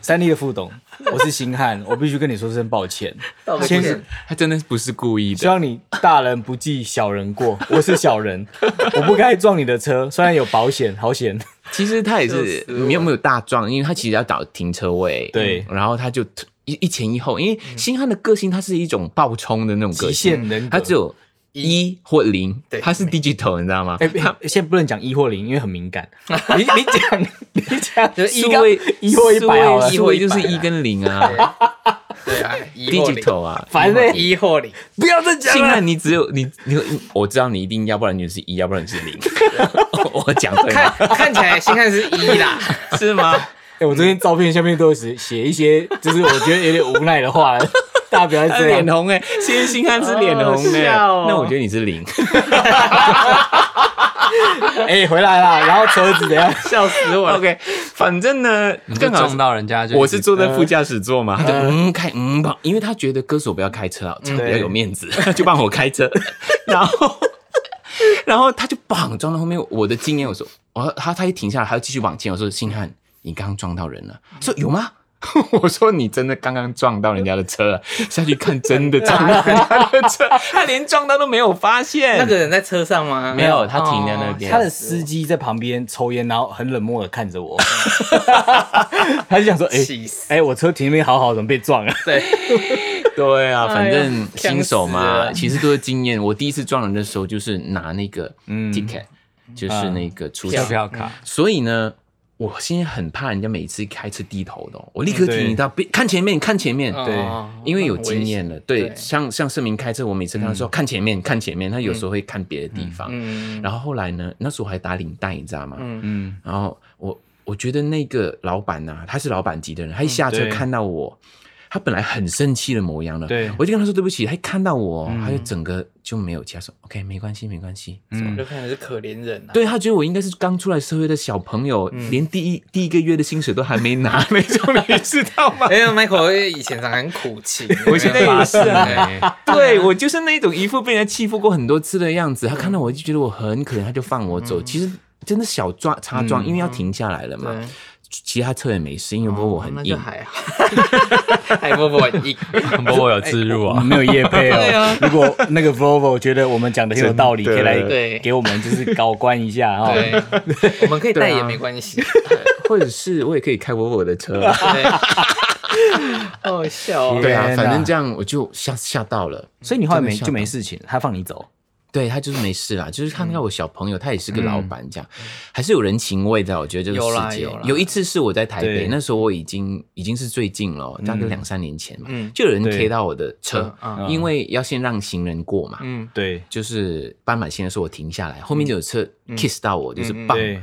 三立的副董，我是星汉，我必须跟你说声抱歉，
道
先
歉。
他真的不是故意
希
的，
望你大人不计小人过，我是小人， 我不该撞你的车，虽然有保险，好险。
其实他也是
笑死我
没有没有大撞，因为他其实要找停车位，嗯
对
然后他就一一前一后，因为星汉的个性他是一种暴冲的那种个
极
性，
限人格，
他只有一或零
对，
他是 digital 你知道吗？
哎、现在不能讲一或零，因为很敏 感。你你讲，你讲
就
一
一
跟
位
一或一百好了
一，或就是一跟零啊
对 啊，一或零
，digital 啊。
反正
一或 零，
不要再讲
幸
了。
汉，你只有你你，我知道你一定要不然就是一，要不然就是零。 我讲对
看
吗？
看起来星汉是一 啦，
是吗？
哎、我这边照片下面都有写写一些，就是我觉得有点无奈的 话，大家不要
他
这
脸
样。
红哎，现在星汉是脸红哎，
好笑哦
那我觉得你是零。
哎、回来 啦，然后车子怎样？
笑死我了。
OK，反正呢，
就
更好
撞到人家就
我是坐在副驾驶座嘛，他就嗯开嗯吧，因为他觉得歌手不要开车啊，这样比较有面子， 就帮我开车，然后然后他就绑撞到后面，我的经验我说，我他他一停下来，他要继续往前，我说星汉，你刚刚撞到人了，他说有吗？ 我说你真的刚刚撞到人家的车了，下去看真的撞到人家的 车，他连撞到都没有发现。
那个人在车上吗？
没有他停在那边
哦
他的司机在旁边抽烟，然后很冷漠的看着 我，他就想说：“哎、
气死
哎、我车停那边好好，怎么被 撞了啊
对，
对啊，
哎
反
呀
正
呛
新手
死
嘛，
了
其实都是经验。我第一次撞人的时候，就是拿那个 ticket，、就是那个出
车
票。
票卡，
所以呢，我现在很怕人家每次开车低头的哦、我立刻
嗯对
提醒他，别看前面，看前面。
哦
因为有经验了，对，
对
像像盛明开车，我每次跟他说看前面，看前面，他有时候会看别的地方。
嗯
然后后来呢，那时候我还打领带，你知道吗？
嗯，？”
然后我我觉得那个老板呐、他是老板级的人，他一下车
对
看到我，他本来很生气的模样了，
对
我就跟他说对不起，他一看到我，他就整个就没有气，他说 OK 没关系没关系，
就看起来是可怜人啊。
对他觉得我应该是刚出来社会的小朋友，连第一第一个月的薪水都还没 拿那种，你知道 吗？
因为哎 Michael 以前长得很苦情，
我现在也是啊
对
哎
对我就是那种一副被人家欺负过很多次的样子，他看到我就觉得我很可怜，他就放我走。其实真的小撞擦撞，因为要停下来了嘛
对，
其他车也没事，因为我很
那
硬
就，还好，还哎不不 很硬。
不过我有自入
哎
啊。
嗯
没有业配
对
哦
啊。
如果那个 Volvo 觉得我们讲的很有道理，可
真
以
的
来
对
给我们就是搞关一下哈。
对， 我们可以带也没关 系。
或者是我也可以开我我的 车。
对，好好笑哦。
对啊，
天哪
反正这样我就吓吓到了。
所以你后来没
真的吓
就没事情，他放你走。
对他就是没事啦，就是看
嗯
到我小朋友，他也是个老板这样，还是有人情味的。我觉得这个
有啦
世界
有啦
一次是我在台北，
对
那时候我已经已经是最近了，大概两三年前嘛，
嗯
就有人
对
贴到我的车，
嗯
因为要先让行人过嘛，
嗯，
对
就是斑马线的时候我停下来，后面就有车 kiss 到我，就是
嗯
棒，
对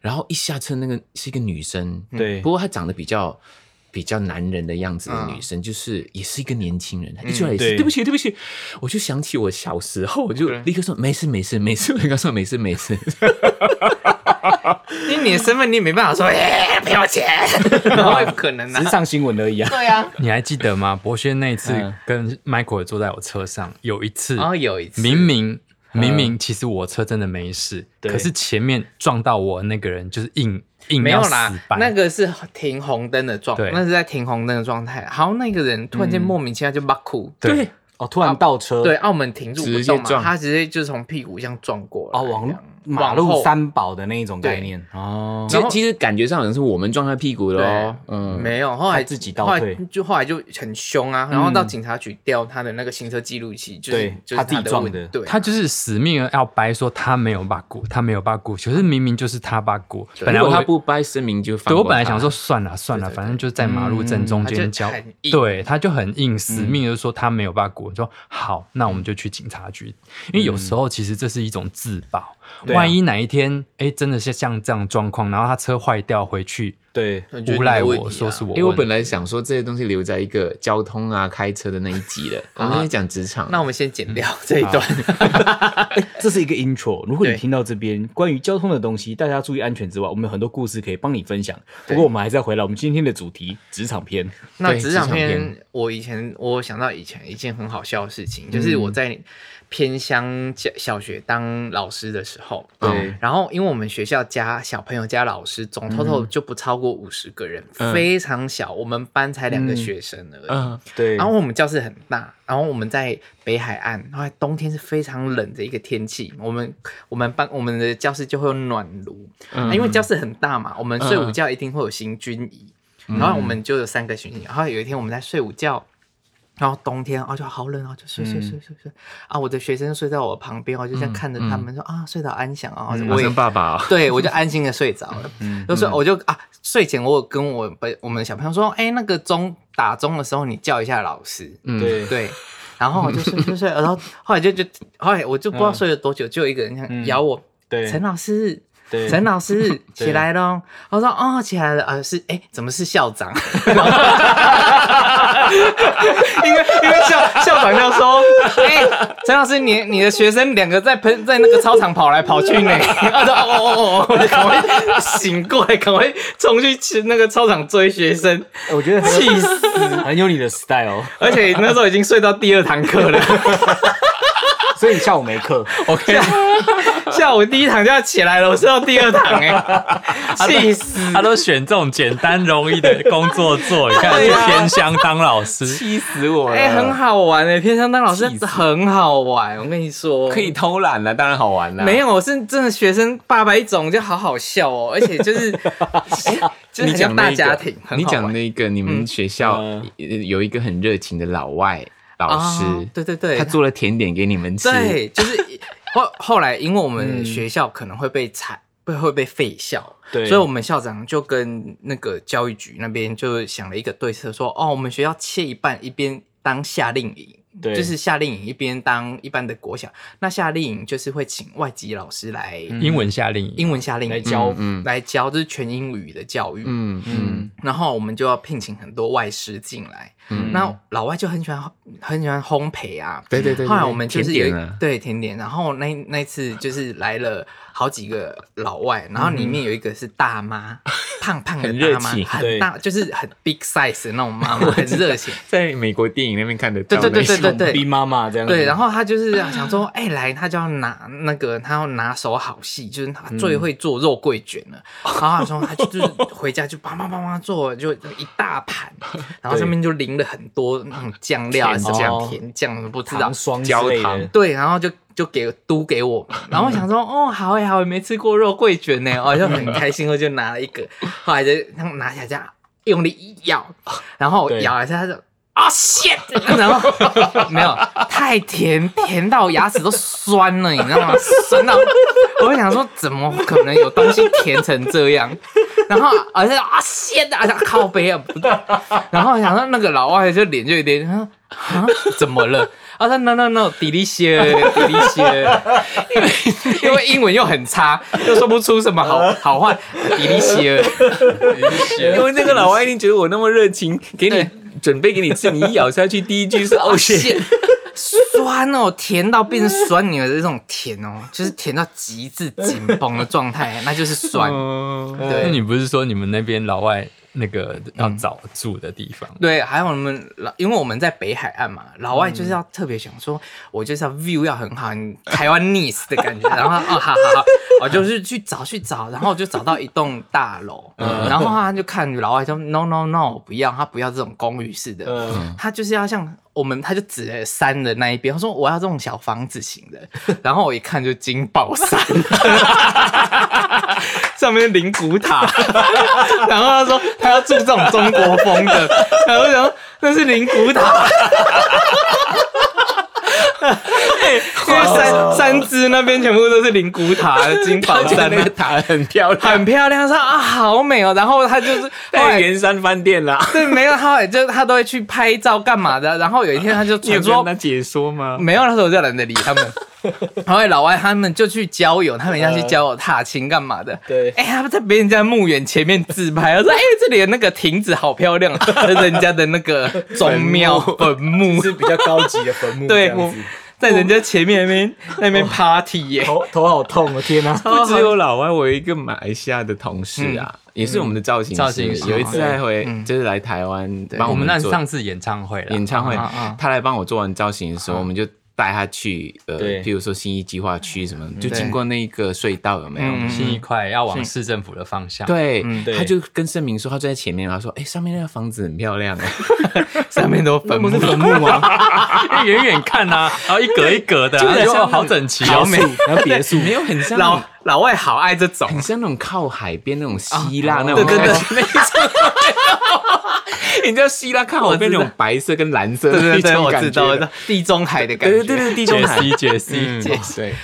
然后一下车那个是一个女生，
对
不过她长得比较比较男人的样子的女生，就是也是一个年轻人，她一出来也是、
对
嗯对不起对不起，我就想起我小时候，我就
OK
立刻说没事没事没事，我 跟她说没事没事，
因为你的身份你也没办法说，哎，不要 钱，然后也不可能
只是
啊。
上新闻而已啊。
对啊，
你还记得吗？博轩那一次
嗯啊
跟 Michael 坐在我车上，有一次，
然后哦有一次，
明明
嗯
明明其实我车真的没事，
对
可是前面撞到我那个人就是硬硬
没有
要
啦
死，板
那个是停红灯的状，
对
那是在停红灯的状态。好，那个人突然间莫名其妙就把哭，
对，
哦，突然倒车，
对，，澳门停住不
直接
动嘛，
撞
他直接就从屁股这样撞过来，
哦，往
这
路
样
马
往
路
哦
后
三宝的那一种概
对
念哦，
其实其实感觉上好像是我们撞她屁股了哦，
对
嗯，
没有，后
他
来
自己倒退
后来就后来就很凶啊，然后
嗯
到警察局调他的那个行车记录器，就是
对
就是
他自己
的
撞
问
的
对，
他就是死命地要掰说他没有把鼓，他没有把鼓，可是明明就是他把鼓。本来
如果
我
她不掰声明就放
对
过
我本来
她
想说算了算了，
对对
反正就在马路正中
嗯
间
他就
交
很，硬嗯
对，他就很硬，死命就说他没有把鼓，说好，那我们就去警察局，
嗯
因为有时候其实这是一种自保，
对啊
万一哪一天哎真的是像这样状况，然后他车坏掉回去，
对，
那就是
诬
你
赖
的
我
问题啊
说是我问
因
题，
为我本来想说这些东西留在一个交通啊、开车的那一集 了，啊我们现在讲职场。
那我们先剪掉
嗯
这一段，
哎这是一个 intro。如果你
对
听到这边关于交通的东西，大家注意安全之外，我们有很多故事可以帮你分享。不过我们还是要回来我们今天的主题——职场篇。
那
对
职场
职场
篇
篇，
我以前我想到以前一件很好笑的事情，就是
嗯
我在偏乡小小学当老师的时候，
嗯
对
然后因为我们学校加小朋友加老师，总 total 就不超过五十个人，
嗯
非常小，我们班才两个学生而已。
嗯，
对，
然后我们教室很大，然后我们在北海岸，然后冬天是非常冷的一个天气，我们我们班我们的教室就会有暖炉，啊因为教室很大嘛，我们睡午觉一定会有行军仪，然后我们就有三个行军仪，然后有一天我们在睡午觉。然后冬天，啊就好冷啊，就睡睡睡睡睡、啊！我的学生睡在我旁边，我哦就这样看着他们说、啊，睡到安详啊，我
我
也
生爸爸哦，
对，我就安心的睡着了。就是我就啊，睡前我有跟我本我们的小朋友说，哎、那个钟打钟的时候，你叫一下老师。
嗯
对
对，然后我就睡睡睡，然后后来就就后来我就不知道睡了多久，就有一个人想咬我，
对
陈老师。
对
陈老 师起来喽！我说哦，起来了啊，是哎，怎么是校长？ 因为因为校校长就说，哎、陈老师，你你的学生两个在喷在那个操场跑来跑去 呢。我说哦哦哦哦，我就赶快醒过来，赶快冲去去那个操场追学生，
我觉得很
气死！
很有你的 style，
而且那时候已经睡到第二堂课 了。
所以你下午没课。
OK，下午第一堂就要起来了，我睡到第二堂 哎、气死！
他都选这种简单容易的工作做，你看去
对啊
偏乡当老师，
气 死我
哎、很好玩哎、偏向当老师很好玩，我跟你说，
可以偷懒了，当然好玩了。啊
没有，我是真的学生爸爸一种，就好好笑哦，而且就是 哎就是
你
很
讲
像
那
大
个
家庭，很
你
好玩
讲那个你们学校
嗯
呃有一个很热情的老外老
啊
师，
对对对，
他做了甜点给你们吃，
对，就是 后后来，因为我们学校可能会被裁，
嗯
会会被废校，
对
所以我们校长就跟那个教育局那边就想了一个对策，说哦，我们学校切一半，一边当夏令营。
对
就是夏令营一边当一般的国小，那夏令营就是会请外籍老师来
英文夏令营，
英文夏令营
来教
嗯来教，这是全英语的教育。
嗯嗯，
然后我们就要聘请很多外师进来，那老外就很喜欢很喜欢烘焙啊，
对对对。
后来我们就是有
甜
一
点啊，
对甜点，然后那那次就是来了好几个老外，然后里面有一个是大妈，胖胖的
很热
大妈，
情
很
对
大就是很 big size 的那种妈妈，很热情。
在美国电影那边看得到，
对对对对对
这种逼妈妈这样子。
对，然
后
后她就是想说，哎、来，她就要拿那个，她要拿手好戏，就是她
嗯
最会做肉桂卷了。然后她说，她就是回家就叭叭叭叭做，就一大盘，然后上面就淋了很多那种酱料啊，
甜
什么
酱
甜酱，不知道
糖霜之
焦
类
糖
的，嗯
对，然后就就给都给我们，然后我想说，哦，好哎好哎，没吃过肉桂卷呢，我就
嗯
很开心，我就拿了一个，后来就他们拿起来这样用力一咬，然后
对
咬了一下，他就啊 shit，然后没有太甜，甜到牙齿都酸了，你知道吗？酸到我就想说，怎么可能有东西甜成这样？然后而且啊 shit，啊靠背啊，不对。然后想到那个老外就脸就有点啊，啊 怎么了？啊，他 no no no，迪丽些，迪丽些，因为 因为英文又很差，又说不出什么好好话，迪丽些。
因为那个老外一定觉得我那么热情，给
对
你准备给你吃，你一咬下去，第一 句是哦 shit，
咸，酸哦，甜到变成酸你的这种甜哦，就是甜到极致紧绷的状态，那就是酸。
嗯
对
那你不是说你们那边老外那个要找住的地方？
对，还有我们老，因为我们在北海岸嘛，老外就是要特别想说，我就是要 view 要很好，你台湾 nice 的感觉。然后哦，好好好，我就是去找去找，然后就找到一栋大楼，然后他就看老外说 no no no，不要，他不要这种公寓式的，他就是要像我们，他就指了山的那一边，他说我要这种小房子型的。然后我一看就金宝山，上面灵骨塔。 然后他说他要住这种中国风的，然后我想说那是灵骨塔。 哎因为三三只那边全部都是灵骨塔、金宝山、
那个塔很漂亮，
很漂亮，说啊好美哦。然后他就是后
在
来
圆山饭店啦。
对，没有，他也就他都会去拍照干嘛的。然后有一天他就
你有
传
跟
说
他解说吗？
没有，那时候我就懒得理他们。然后老外他们就去交友，他们要去交友踏青干嘛的？
对
哎、他们在别人家墓园前面自拍，他说：“哎、这里的那个亭子好漂亮，这是人家的那个宗庙坟 墓，
是比较高级的坟墓，
对
这样子
在人家前面那边那边 party 耶、
头头好痛哦，天哪！
不只有老外，我有一个马来西亚的同事啊，也是我们的造型师
造型师
有一次来回
嗯
就是来台湾帮
我们那
做
上次演唱会了，
演唱会
啊啊，
他来帮我做完造型的时候，我们就带他去呃，
对
譬如说新一计划区什么，
嗯
就
对
经过那个隧道有没有？
新一块要往市政府的方向。，
对啊
嗯，
对
他就跟盛明说，他就在前面，他说：“哎，上面那个房子很漂 亮。”哎，
上面都坟墓，
坟墓吗？
因为远远看啊，然后一格一格的啊，
就
就
像
哦好整齐
好
哦，
美，然后别墅没有很像
老
那种
老外好爱这 种。
很像那种靠海边那种希腊那
对
种
啊对 对
感觉，你知道希腊靠海边那种白色跟蓝色
对
的
对
一
对，
种
我知
感觉
道，我知道，地中海的感
对
觉。
对对对，地中
解
海。
析解析，
解
对，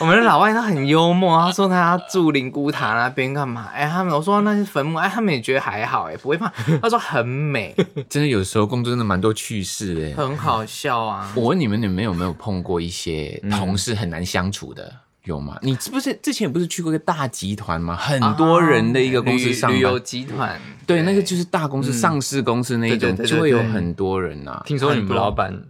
我们的老外他很幽默，他说他要住灵骨塔那边干嘛？哎、他们我说那些坟墓，哎、他们也觉得还好、哎，不 会怕。他说很美，
真的有时候工作真的蛮多趣事哎、
很好笑啊。
我问你们，你们有没有碰过一些
嗯
同事很难相处的？有吗？你是不是之前不是去过一个大集团吗？啊很多人的一个公司上
旅
班，
旅游集团，
对，那个就是大公司、上市公司那一
嗯对
种，
对对对
就会有很多人 啊。
听说你们老板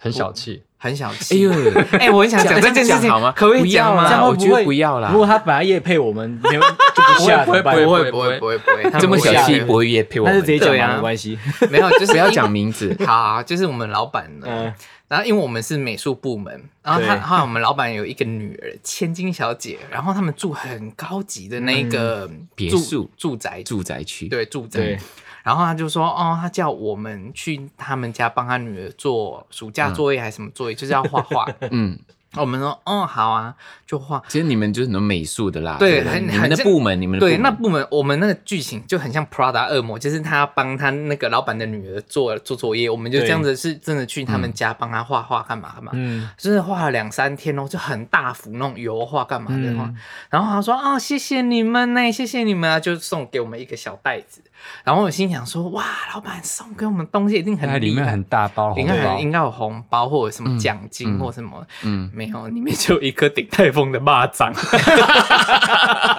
很小气，
很小
哎
气。
呦
哎，我很想讲这件事情，
好吗？
可不可以讲
啊
不要啦
吗？
我觉得不要啦
如。果他本来夜配我们，没有就不下
不会
怎么办
不
会不会不会不会，
这么小气，不
不
会约配我
那
们
就直接讲
对啊
嘛，没关系。
没有，就是
不要
因为。
讲名字
好、啊，就是我们老板呢
嗯，
然后因为我们是美术部门，然后他
对
还有我们老板有一个女儿，千金小姐，然后他们住很高级的那个
嗯别
住
墅
住宅，
住宅区，
对啊住宅
对。
然后他就说，哦，他叫我们去他们家帮他女儿做暑假作业还是什么 作业，就是要画画。
嗯，
我们说，哦，好啊，就画。
其实你们就是很多美术的啦，
对
对不对，
很
你们的
很
部门，你们的
对，
部
那
门
部门我们那个剧情就很像 Prada 恶魔，就是他帮他那个老板的女儿做做作业，我们就这样子是真的去他
嗯
们家帮他画画干嘛干嘛，
嗯，
真的画了两三天哦，就很大幅那种油画干嘛的画，
嗯
然后他说啊、谢谢你们呢，谢谢你们啊，就送给我们一个小袋子，然后我心想说哇，老板送给我们东西一定很厉
那
害，
里面很大
哦
包
应
红
该
包
很，应该有红包或者什么奖金或什么，
啊嗯
没有，里面就有一颗顶泰丰的蚂蚱，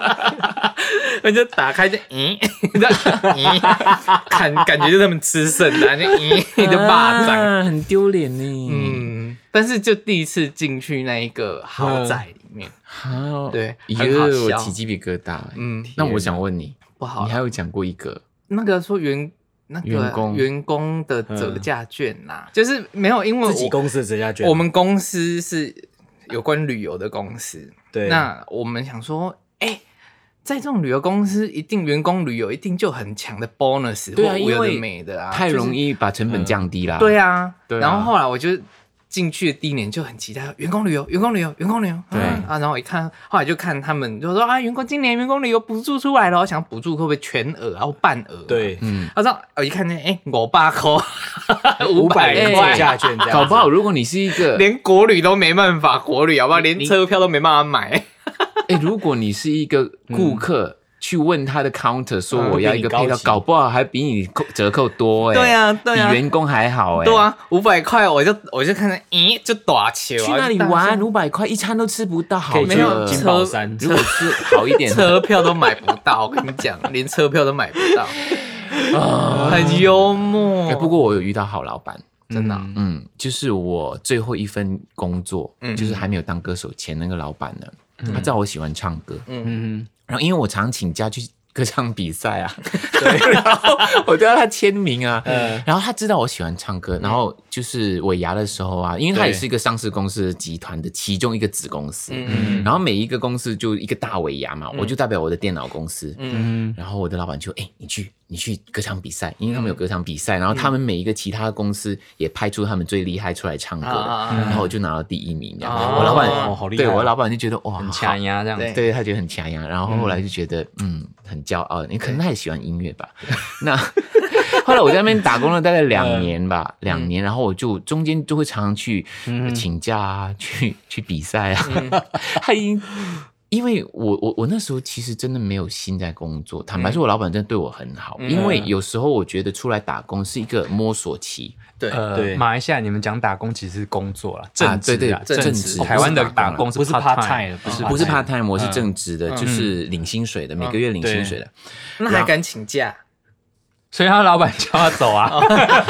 我就打开就咦， 就咦，感感觉就他们吃剩的、啊，就 咦就蚂蚱，
啊很丢脸呢。
嗯，但是就第一次进去那一个豪宅里面，
啊，
对很好
哟，我
笑
起鸡皮疙瘩。嗯，
嗯，
那我想问你，
不好
你还有讲过一个
那个说员那个
员工嗯
员工的折价券呐、就是没有，因为
自己
我
公司的折价券，
我们公司是有关旅游的公司，
对
那我们想说，哎、在这种旅游公司，一定员工旅游一定就很强的 bonus，
对啊
或有
因为
的没的啊，
太容
易、
易把成本降低啦。
对啊，
对啊
然后后来我就进去的第一年就很期待员工旅游，员工旅游，员工旅游。啊
对
啊，然后我一看，后来就看他们就说啊，员工今年员工旅游补助出来了，我想补助会不会全额啊或半额？
对，
嗯，
他说我一看见，哎，五百块，五
五百元
块
折，价券这样，
搞不好如果你是一 个，
连国旅都没办法，国旅好不好？连车票都没办法买。
哎， 如果你是一个顾
嗯
客。去问他的 counter 说
嗯
我要一个
比你高
配套，
级
搞不好还比你扣折扣多哎、
对啊对啊
比员工还好哎、
对，啊，五百块我就我就看着，咦，就打球啊，
去那里
就大家
玩五百块一餐都吃不到，好
可以
没
去
有
的。
金
车
宝山，
如果是好一 点，
车票都买不到，我跟你讲，连车票都买不到，很幽默
哎，。不过我有遇到好老板，
真的啊
嗯
嗯，就是我最后一份工作，
嗯
就是还没有当歌手前，那个老板呢，他知道我喜欢唱歌，
嗯，
然后因为我常请假去歌唱比赛啊，对，然后我都要他签名啊，
嗯
然后他知道我喜欢唱歌，然后就是尾牙的时候啊，因为他也是一个上市公司集团的其中一个子公司，
嗯
然后每一个公司就一个大尾牙嘛，我就代表我的电脑公司，
嗯
然后我的老板就哎、你去你去歌唱比赛，因为他们有歌唱比
嗯
赛，然后他们每一个其他的公司也派出他们最厉害出来唱歌的，
啊啊啊
然后我就拿到第一名。这样，
哦
我老板、
哦好厉害
对
哦
我老板就觉得哇，
很
好
掐压这样
对
子，
对他觉得很强呀，然后后来就觉得嗯很骄傲，你可能他也喜欢音乐吧。 那 后来我在那边打工了大概两年
嗯
吧，两年，然后我就中间就会常常去请假啊，去去比赛啊。
嗯
他已经因为我我我那时候其实真的没有心在工作，坦
嗯
白说，我老板真的对我很好，因为有时候我觉得出来打工是一个摸索期，
对
呃，
对
马来西亚你们讲打工其实是工作啦，
啊
正职
对
啊
对
正
正
职。嗯
职
台湾的打工
不是
part
part time 的，不
是
是
不是啊 part
part
time，我是正职的，就是领薪水
嗯
的，每个月领薪水的。
那还敢请假？
所以他老板叫他走啊，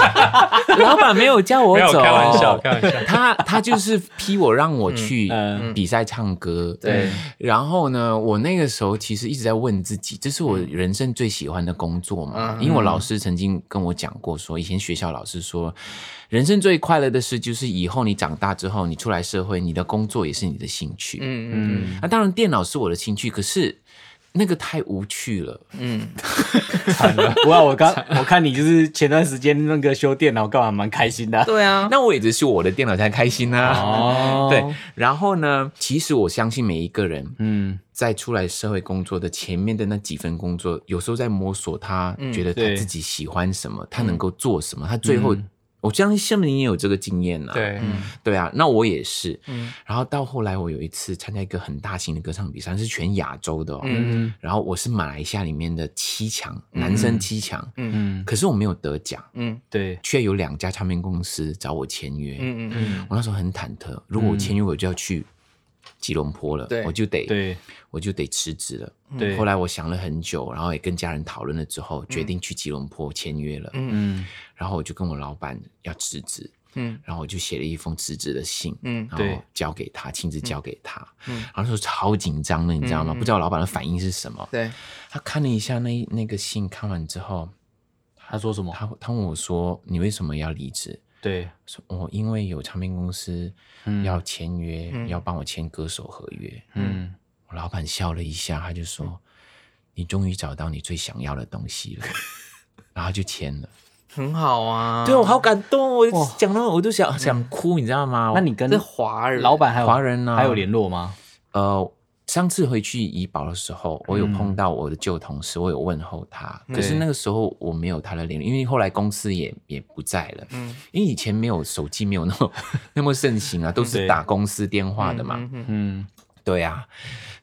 老板没有叫我
没有
走，
开玩笑，开玩笑。
他他就是逼我让我去
嗯
比赛唱歌，
对。
然后呢，我那个时候其实一直在问自己，这是我人生最喜欢的工作嘛？
嗯
因为我老师曾经跟我讲过说以前学校老师说，人生最快乐的事就是以后你长大之后，你出来社会，你的工作也是你的兴趣。
嗯嗯
那、当然，电脑是我的兴趣，可是那个太无趣了。
嗯，
不过我刚我看你就是前段时间那个修电脑干嘛蛮开心的啊，
对啊，
那我也只是我的电脑才开心啊。
哦
对，然后呢，其实我相信每一个人，
嗯，
在出来社会工作的前面的那几份工作，有时候在摸索他
嗯
觉得他
对
自己喜欢什么，他能够做什么，他最后。我相信下面你也有这个经验呐、
对，
对啊，那我也是。
嗯
然后到后来，我有一次参加一个很大型的歌唱比赛，是全亚洲的哦。
嗯
然后我是马来西亚里面的七强，男生七强。
嗯
嗯
可是我没有得奖，
嗯
对，
却有两家唱片公司找我签约。
嗯嗯，
我那时候很忐忑，如果我签约，我就要去吉隆坡了，
对
我就得
嗯
对
我就得辞职了。
对
后来我想了很久，然后也跟家人讨论了之
嗯
后，决定去吉隆坡签约了。
嗯
然后我就跟我老板要辞职，
嗯
然后我就写了一封辞职的信，
嗯
然
对
后交给他，亲自交给他。
嗯
然后那时候超紧张的，你知道吗？
嗯嗯嗯
不知道老板的反应是什么。
对，
他看了一下那那个信，看完之后，
他说什么？
他他问我说：“你为什么要离职？”
对，
说我因为有唱片公司要签约，
嗯
要帮我签歌手合约。
嗯，
我老板笑了一下，他就说：“你终于找到你最想要的东西了。” 然后就签了。
很好啊。
对我好感动，我讲到我都想想哭，你知道吗？
那你跟
这华人
老板还有
华人啊呢
啊
还有联络吗？
呃，上次回去怡保的时候，我有碰到我的旧同事，我有问候他，可是那个时候我没有他的联络，因为后来公司也也不在了。
嗯
因为以前没有手机，没有那么 那么盛行啊，都是
对
打公司电话的嘛。
嗯嗯嗯
嗯，
对啊，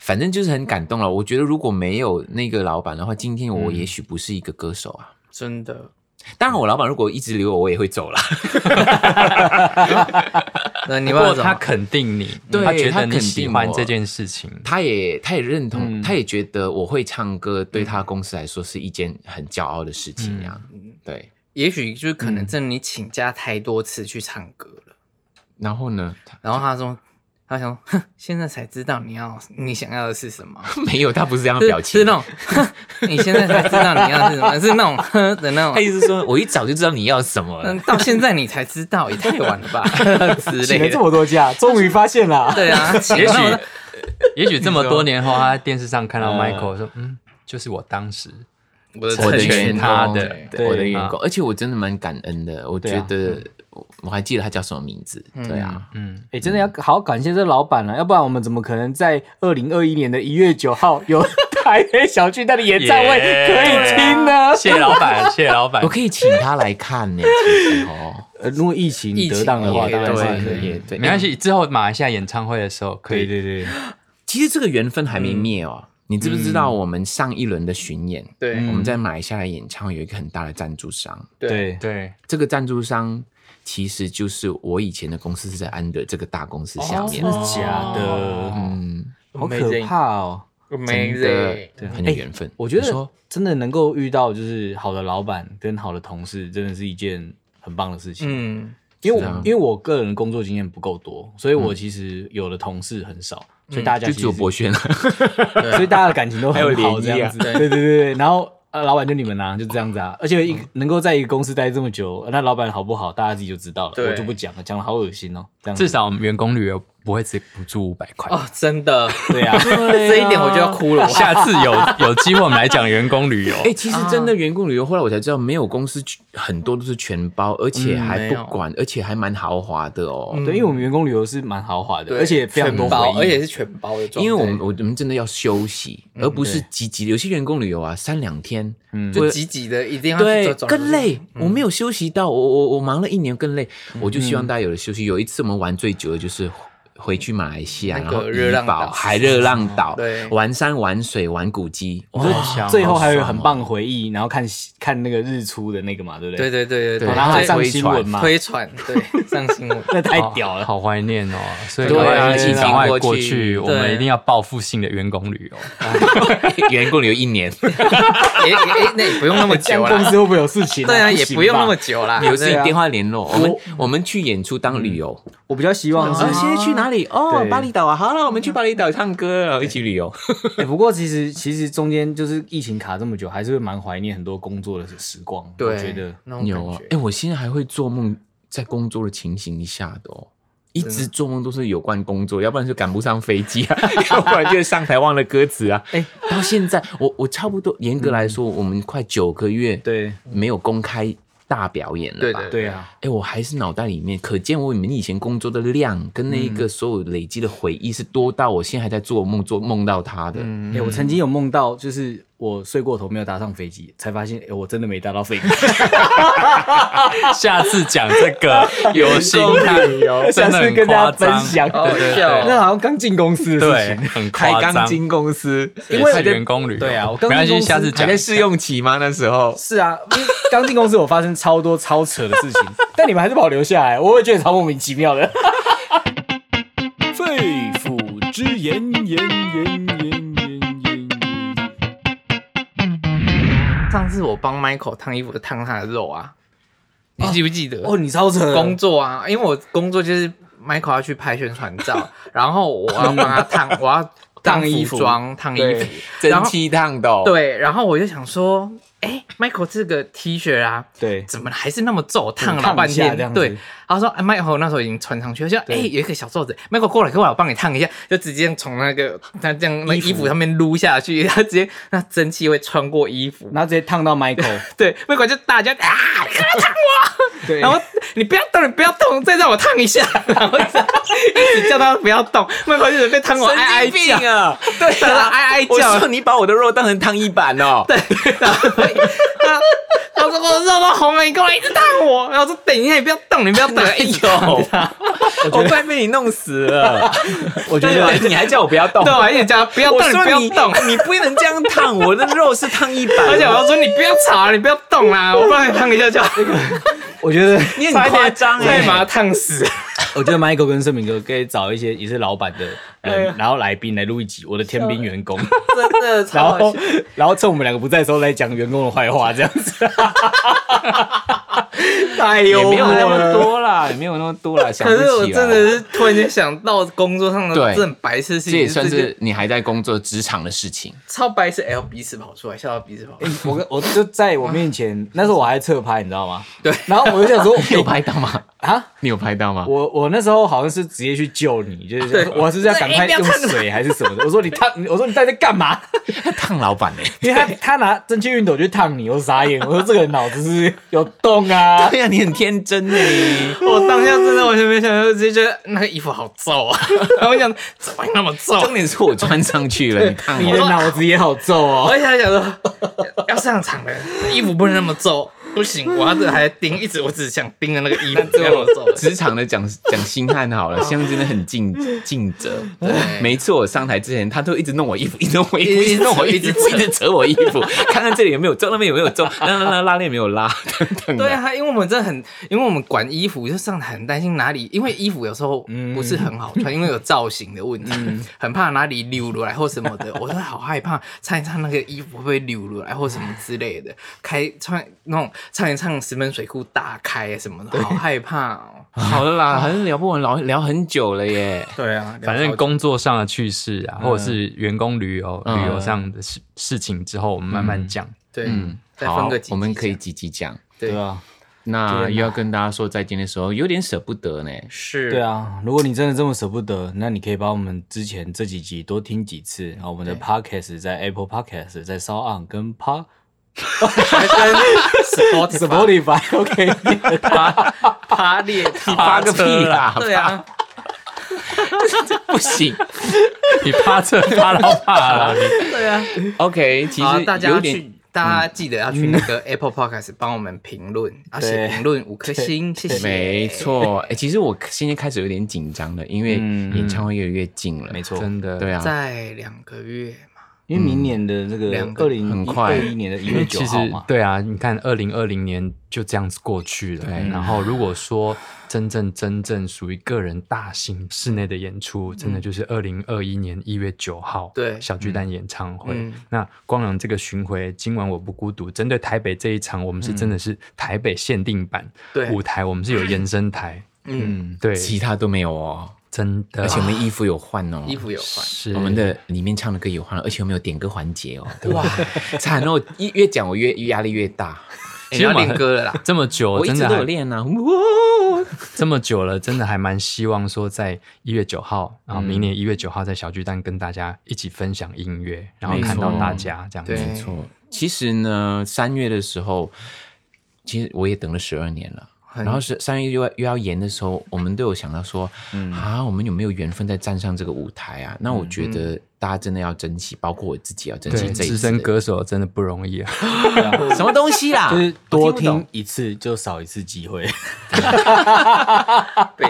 反正就是很感动了。我觉得如果没有那个老板的话，今天我也许不是一个歌手啊。
真的，
当然，我老板如果一直留我，我也会走啦。
那你
哎不
问
过
怎
他
么？
肯定你，
对
他觉
他
得
肯
你
定
喜欢
我
这件事情，
他也他也认同，
嗯
他也觉得我会唱歌，对他公司来说是一件很骄傲的事情呀、对，
也许就是可能真的你请假太多次去唱歌了。
然后呢，他
然后他说，他想说，哼，现在才知道你要你想要的是什么，
没有，他不是这样 的
是
表情
是。那种，哼，你现在才知道你要的是什么， 是那种哼的那
他
种，
意思说，我一早就知道你要什么 了
嗯，。到现在你才知道，也太晚了吧之
请了这
类的。
么多假，终于发现了。
对啊，请
也许
那我
也许这么多年后，他在电视上看到
嗯
Michael 说，嗯，就是我当时
我的
我
成
的
员
员
员他
工
的
对
我的员工，而且我真的蛮感恩的，我觉得我我还记得他叫什么名字，对啊，
嗯，
哎、真的要好好感谢这老板了、啊要不然我们怎么可能在二零二一年的一月九号有台北小巨蛋的演唱会
耶
可以听呢？
谢谢老板，谢谢老 板
我，可以请他来 看呢，其实哦，
呃，如果疫情
疫情
得当的话，
也
当然
对
是可以。
也对，
没关系，之后马来西亚演唱会的时候可
对
以
对对，
其实这个缘分还没灭哦。你知不知道我们上一轮的巡演，
对
我们在马来西亚的演唱会有一个很大的赞助商，
对，
对
对，
这个赞助商其实就是我以前的公司是在安德这个大公司下面
真，的假
哦
的？
嗯，
好可怕哦！
没
真
人
的很有缘分。
我觉
你
得
说
真的能够遇到就是好的老板跟好的同事，真的是一件很棒的事情。
嗯，
因为
是
我
啊
因为我个人工作经验不够多，所以我其实有的同事很少，所以大家其
就只
实
有博轩了，
所以大家的感情都
还有
很好，这
联谊
样
啊
子。对对对对，然后呃，老板就你们啦、就这样子啊。而且一个能够在一个公司待这么久，呃那老板好不好，大家自己就知道了，
对
我就不讲了，讲的好恶心哦。这样
至
子，
少我们员工旅游不会只补助五百块。
哦，真的，
对啊，
这一点我就要哭了。
下次有有 机会我们来讲员工旅游，
哎、其实
啊
真的员工旅游，后来我才知道，没有公司很多都是全包，而且
嗯
还不管，而且还蛮豪华的哦。
对，因为我们员工旅游是蛮豪华的，
对
而且非常
全
多
包，而
回忆。
且是全包的状态，嗯
因为我们我们真的要休息，而不是积极。有些员工旅游啊，三两天，嗯，
就挤挤的，一定要
对
去走嗯
更。累。我没有休息到，我我我忙了一年更累，我就希
嗯
望大家有的休息。有一次我们玩最久的就是。回去马来西亚，
那
然
个
后
热浪
怡
岛
保海热浪岛，
对
玩山玩水玩古迹，哇
好香哦
最后还有很棒的回忆，然后看看那个日出的那个嘛，对不
对
对？
对对对
对
哦然后还上
推
新
船
闻嘛，
推船对上新 闻，
那太屌了。
啊好怀念哦！所以
对啊
赶快
一起
赶快过
过
去，
去
我们
对
一定要报复性的员工 旅游。
员工旅游一 年，
也也那也不用那么
这样
久
公
啦，
司会不会有事情、
对啊，
行
也
吧
不用那么。久啦，
有事
对
情
啊
电话联络。我们我们去演出当旅游，
我比较希望是
啊，现在去哪里？哦
对，
巴厘岛啊！好了，我们去巴厘岛唱歌，然后一起旅游。
欸不过其实其实中间就是疫情卡这么久，还是会蛮怀念很多工作的时光。
对，
我觉得
那种
有啊
感，
哎，
觉，
我现在还会做梦，在工作的情形下的哦。一直做梦都是有关工作，要不然就赶不上飞机啊， 要不然就是上台忘了歌词啊。哎、到现在我我差不多严格来说，我们快九个月
对
没有公开大表演了
对
吧？
对
对啊，
哎、我还是脑袋里面，可见我们以前工作的量跟那一个所有累积的回忆是多到我现在还在做梦，做梦到他的。
嗯
哎、我曾经有梦到，就是我睡过头没有搭上飞机，才发现哎、欸我真的没搭到飞 机。
下次讲这个有心看， 真的
下次
很
跟大家
夸
分
张，
享
好好
对对
笑哦，
那好像刚进公司的事
对，
情。
很
开
夸
刚
张。
进公司，
因
为
为员工旅游，
对啊我刚
没关
进
系，
公司
下次
还
讲
在。试用期吗？那时候
是啊，因为刚进公司我发生超多超扯的事情， 但你们还是把我留下来，我也觉得超莫名其妙的。
肺腑之言，言言言言言言。
上次我帮 Michael 烫衣服，烫他的肉啊，你记不记得？
哦，你超扯的，
工作啊，因为我工作就是 Michael 要去拍宣传照， 然后我要帮他 烫，我要
烫衣
衣
服
服装、烫衣服，然
蒸
后
汽烫的、哦，
对，然后我就想说，哎，Michael 这个 T 恤啊，
对
怎么还是那么皱，烫
烫
了
一
半
下这
天
样。
对
子，
他说，哎，Michael 那时候已经穿上去了，我就哎有一个小皱褶，Michael 过来过来，我帮你烫一下，就直接从那个他这样那衣服上面撸下去， 他直接那蒸汽会穿过衣服，
然后直接烫到 Michael，
对，Michael 就大叫啊，你干嘛烫我？
对
然后你不要动，你不要动，再让我烫一下， 然后一直叫他不要动，Michael 就被烫我哀哀
神经病
叫，
啊！
对，他哀哀
我
叫
说，你把我的肉当成烫衣板 哦。对，
然后他 他说我肉都红了，啊你给我一直烫我。然后我说等一下，你不要动，你不要
哎
动，一直烫他。
我快被你弄死 了。
我觉得
对你还叫我不要动
对，。我啊还一直叫他不要
我
动，你
说
不要动。
你你不能这样烫，我的肉是烫 衣板。
而且我要说你不要吵啊，你不要动 啦，我帮你烫一下就好。
我觉得
你很
差一点
夸张
差一
哎
点，把他烫死。
我觉得 Michael 跟盛明哥可以找一些也是老板的
对
人
啊，
然后来宾来录一集我的天兵员工，
真的
然
超
后然后趁我们两个不在的时候来讲员工的坏话，这样子。哎
也
呦，
没有那么
我
多啦，也没有那么多啦，想不
可
起
是我
来。
真的是突然间想到工作上的
对
这种白痴事
这
情，
也算
这些
是你还在工作职场的事情。
超白痴，L 哎鼻屎跑出来，笑到鼻屎跑出来。
哎我跟我就在我面前，那时候我还侧拍，你知道吗？
对。
然后我就想 说，
你有拍到吗？
啊，
你有拍到吗？
我我那时候好像是直接去救你，就是
对
说我是不是要赶快
对
用
哎不要看
水还是什么的？我说你烫，我说你到底在干嘛？
烫老板呢、
因为他他拿蒸汽熨斗去烫你，我傻眼。我说这个人脑子是有洞啊！
对呀、你很天真呢、
我当下真的完全没想到，直接觉得那个衣服好皱啊，然后 我想怎么会那么皱？
重点是我穿上去了，你烫
你
我
的。脑子也好皱哦。
而且还想说要上场了，衣服不能那么皱，不行，我要是还盯，一直我只想盯着那个衣服不要那么皱。
职场的讲讲星汉好了，星汉真的很尽尽责。每次我上台之前，他都一直弄我衣服，一直弄我衣服，
一直
一直弄我衣服，
一直
一直扯我衣服，看看这里有没有皱，那边有没有皱，那那那拉链有没有拉，等等的。
对啊，因为我们真的很，因为我们管衣服，就上台很担心哪里，因为衣服有时候不是很好穿，因为有造型的问题，很怕哪里溜出来或什么的，我真的好害怕，唱一唱那个衣服会不会溜出来或什么之类 的，开穿那种唱一唱石门水库大开什么的，好害怕哦。
好了啦，好像聊不完，聊聊很久了耶。
对 啊，
反正工作上的趣事啊，或者是员工旅游、
嗯
旅游上的事事情之后，我们慢慢讲。
对，
嗯，
再
好
分个，几，
我们可以积极讲。
对
对啊，
那又要跟大家说再见的时候，有点舍不 得呢。
是，
对啊，如果你真的这么舍不得，那你可以把我们之前这几集多听几次，然后我们的
对
podcast 在 Apple podcast 在 s o u n 跟 Pa
，Spotify
Spotify OK，
趴裂
发
趴
个屁啦！
对啊，
不行。
你趴这趴到怕 了，
对啊。
OK，其
好
实
大家
有
要
点嗯
去，大家记得要去那个 Apple Podcast 帮我们评论，要写评论五颗星，谢谢。
没错。哎，其实我现在开始有点紧张了，因为演唱会越来越近了。
没错，
真的。
对啊，
嗯在两个月嘛，
因为明年的这个
两个
二零
嗯很
二
快哎
一年的一
因为
月九
其实
号嘛，
对啊，你看二零二零年就这样子过去了。哎然后如果说真正真正属于个人大型室内的演出，
嗯
真的就是二零二一年一月九号
对
小巨蛋演唱会。
嗯
那光良这个巡回，今晚我不孤独，针对台北这一场，我们是真的是台北限定版、
对哎
舞台，我们是有延伸台，
嗯，
对，
其他都没有哦。
真的，
而且我们衣服有换哦，
衣服有换，
是
我们的里面唱的歌有换了，而且我们有点歌环节 哦。哇，惨哦！一越讲我越越压力越大，
哎你要练歌了啦。
这么久，
我一
真
直
的
都有
还
练啊。
这么久了，真的还蛮希望说，在一月九号，然后明年一月九号在小巨蛋跟大家一起分享音乐，然后看到大家这样
对
子。
没错，其实呢，三月的时候，其实我也等了十二年了。
嗯
然后是三月又要又要演的时候，我们都有想到说，啊，我们有没有缘分再站上这个舞台啊？那我觉得大家真的要珍惜，包括我自己要珍惜
对，
这一次
资
的
深歌手真的不容易啊！
什么东 西啦，
就是多
我不懂
听一次就少一次机会。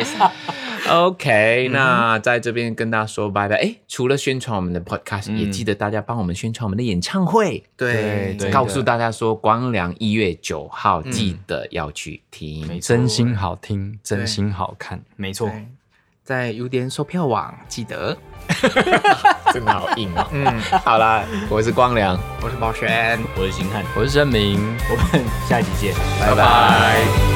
OK，、那在这边跟大家说拜拜。哎，除了宣传我们的 Podcast，、也记得大家帮我们宣传我们的演唱会，
对，
对
告诉大家说光良一月九号记得要去听。
真心好听，真心好看，
没错，
对在有点售票网记得，
真的好硬哦。嗯，好啦，我是光良，
我是宝轩。
我是星汉，
我是申明。
我们下集见。
拜拜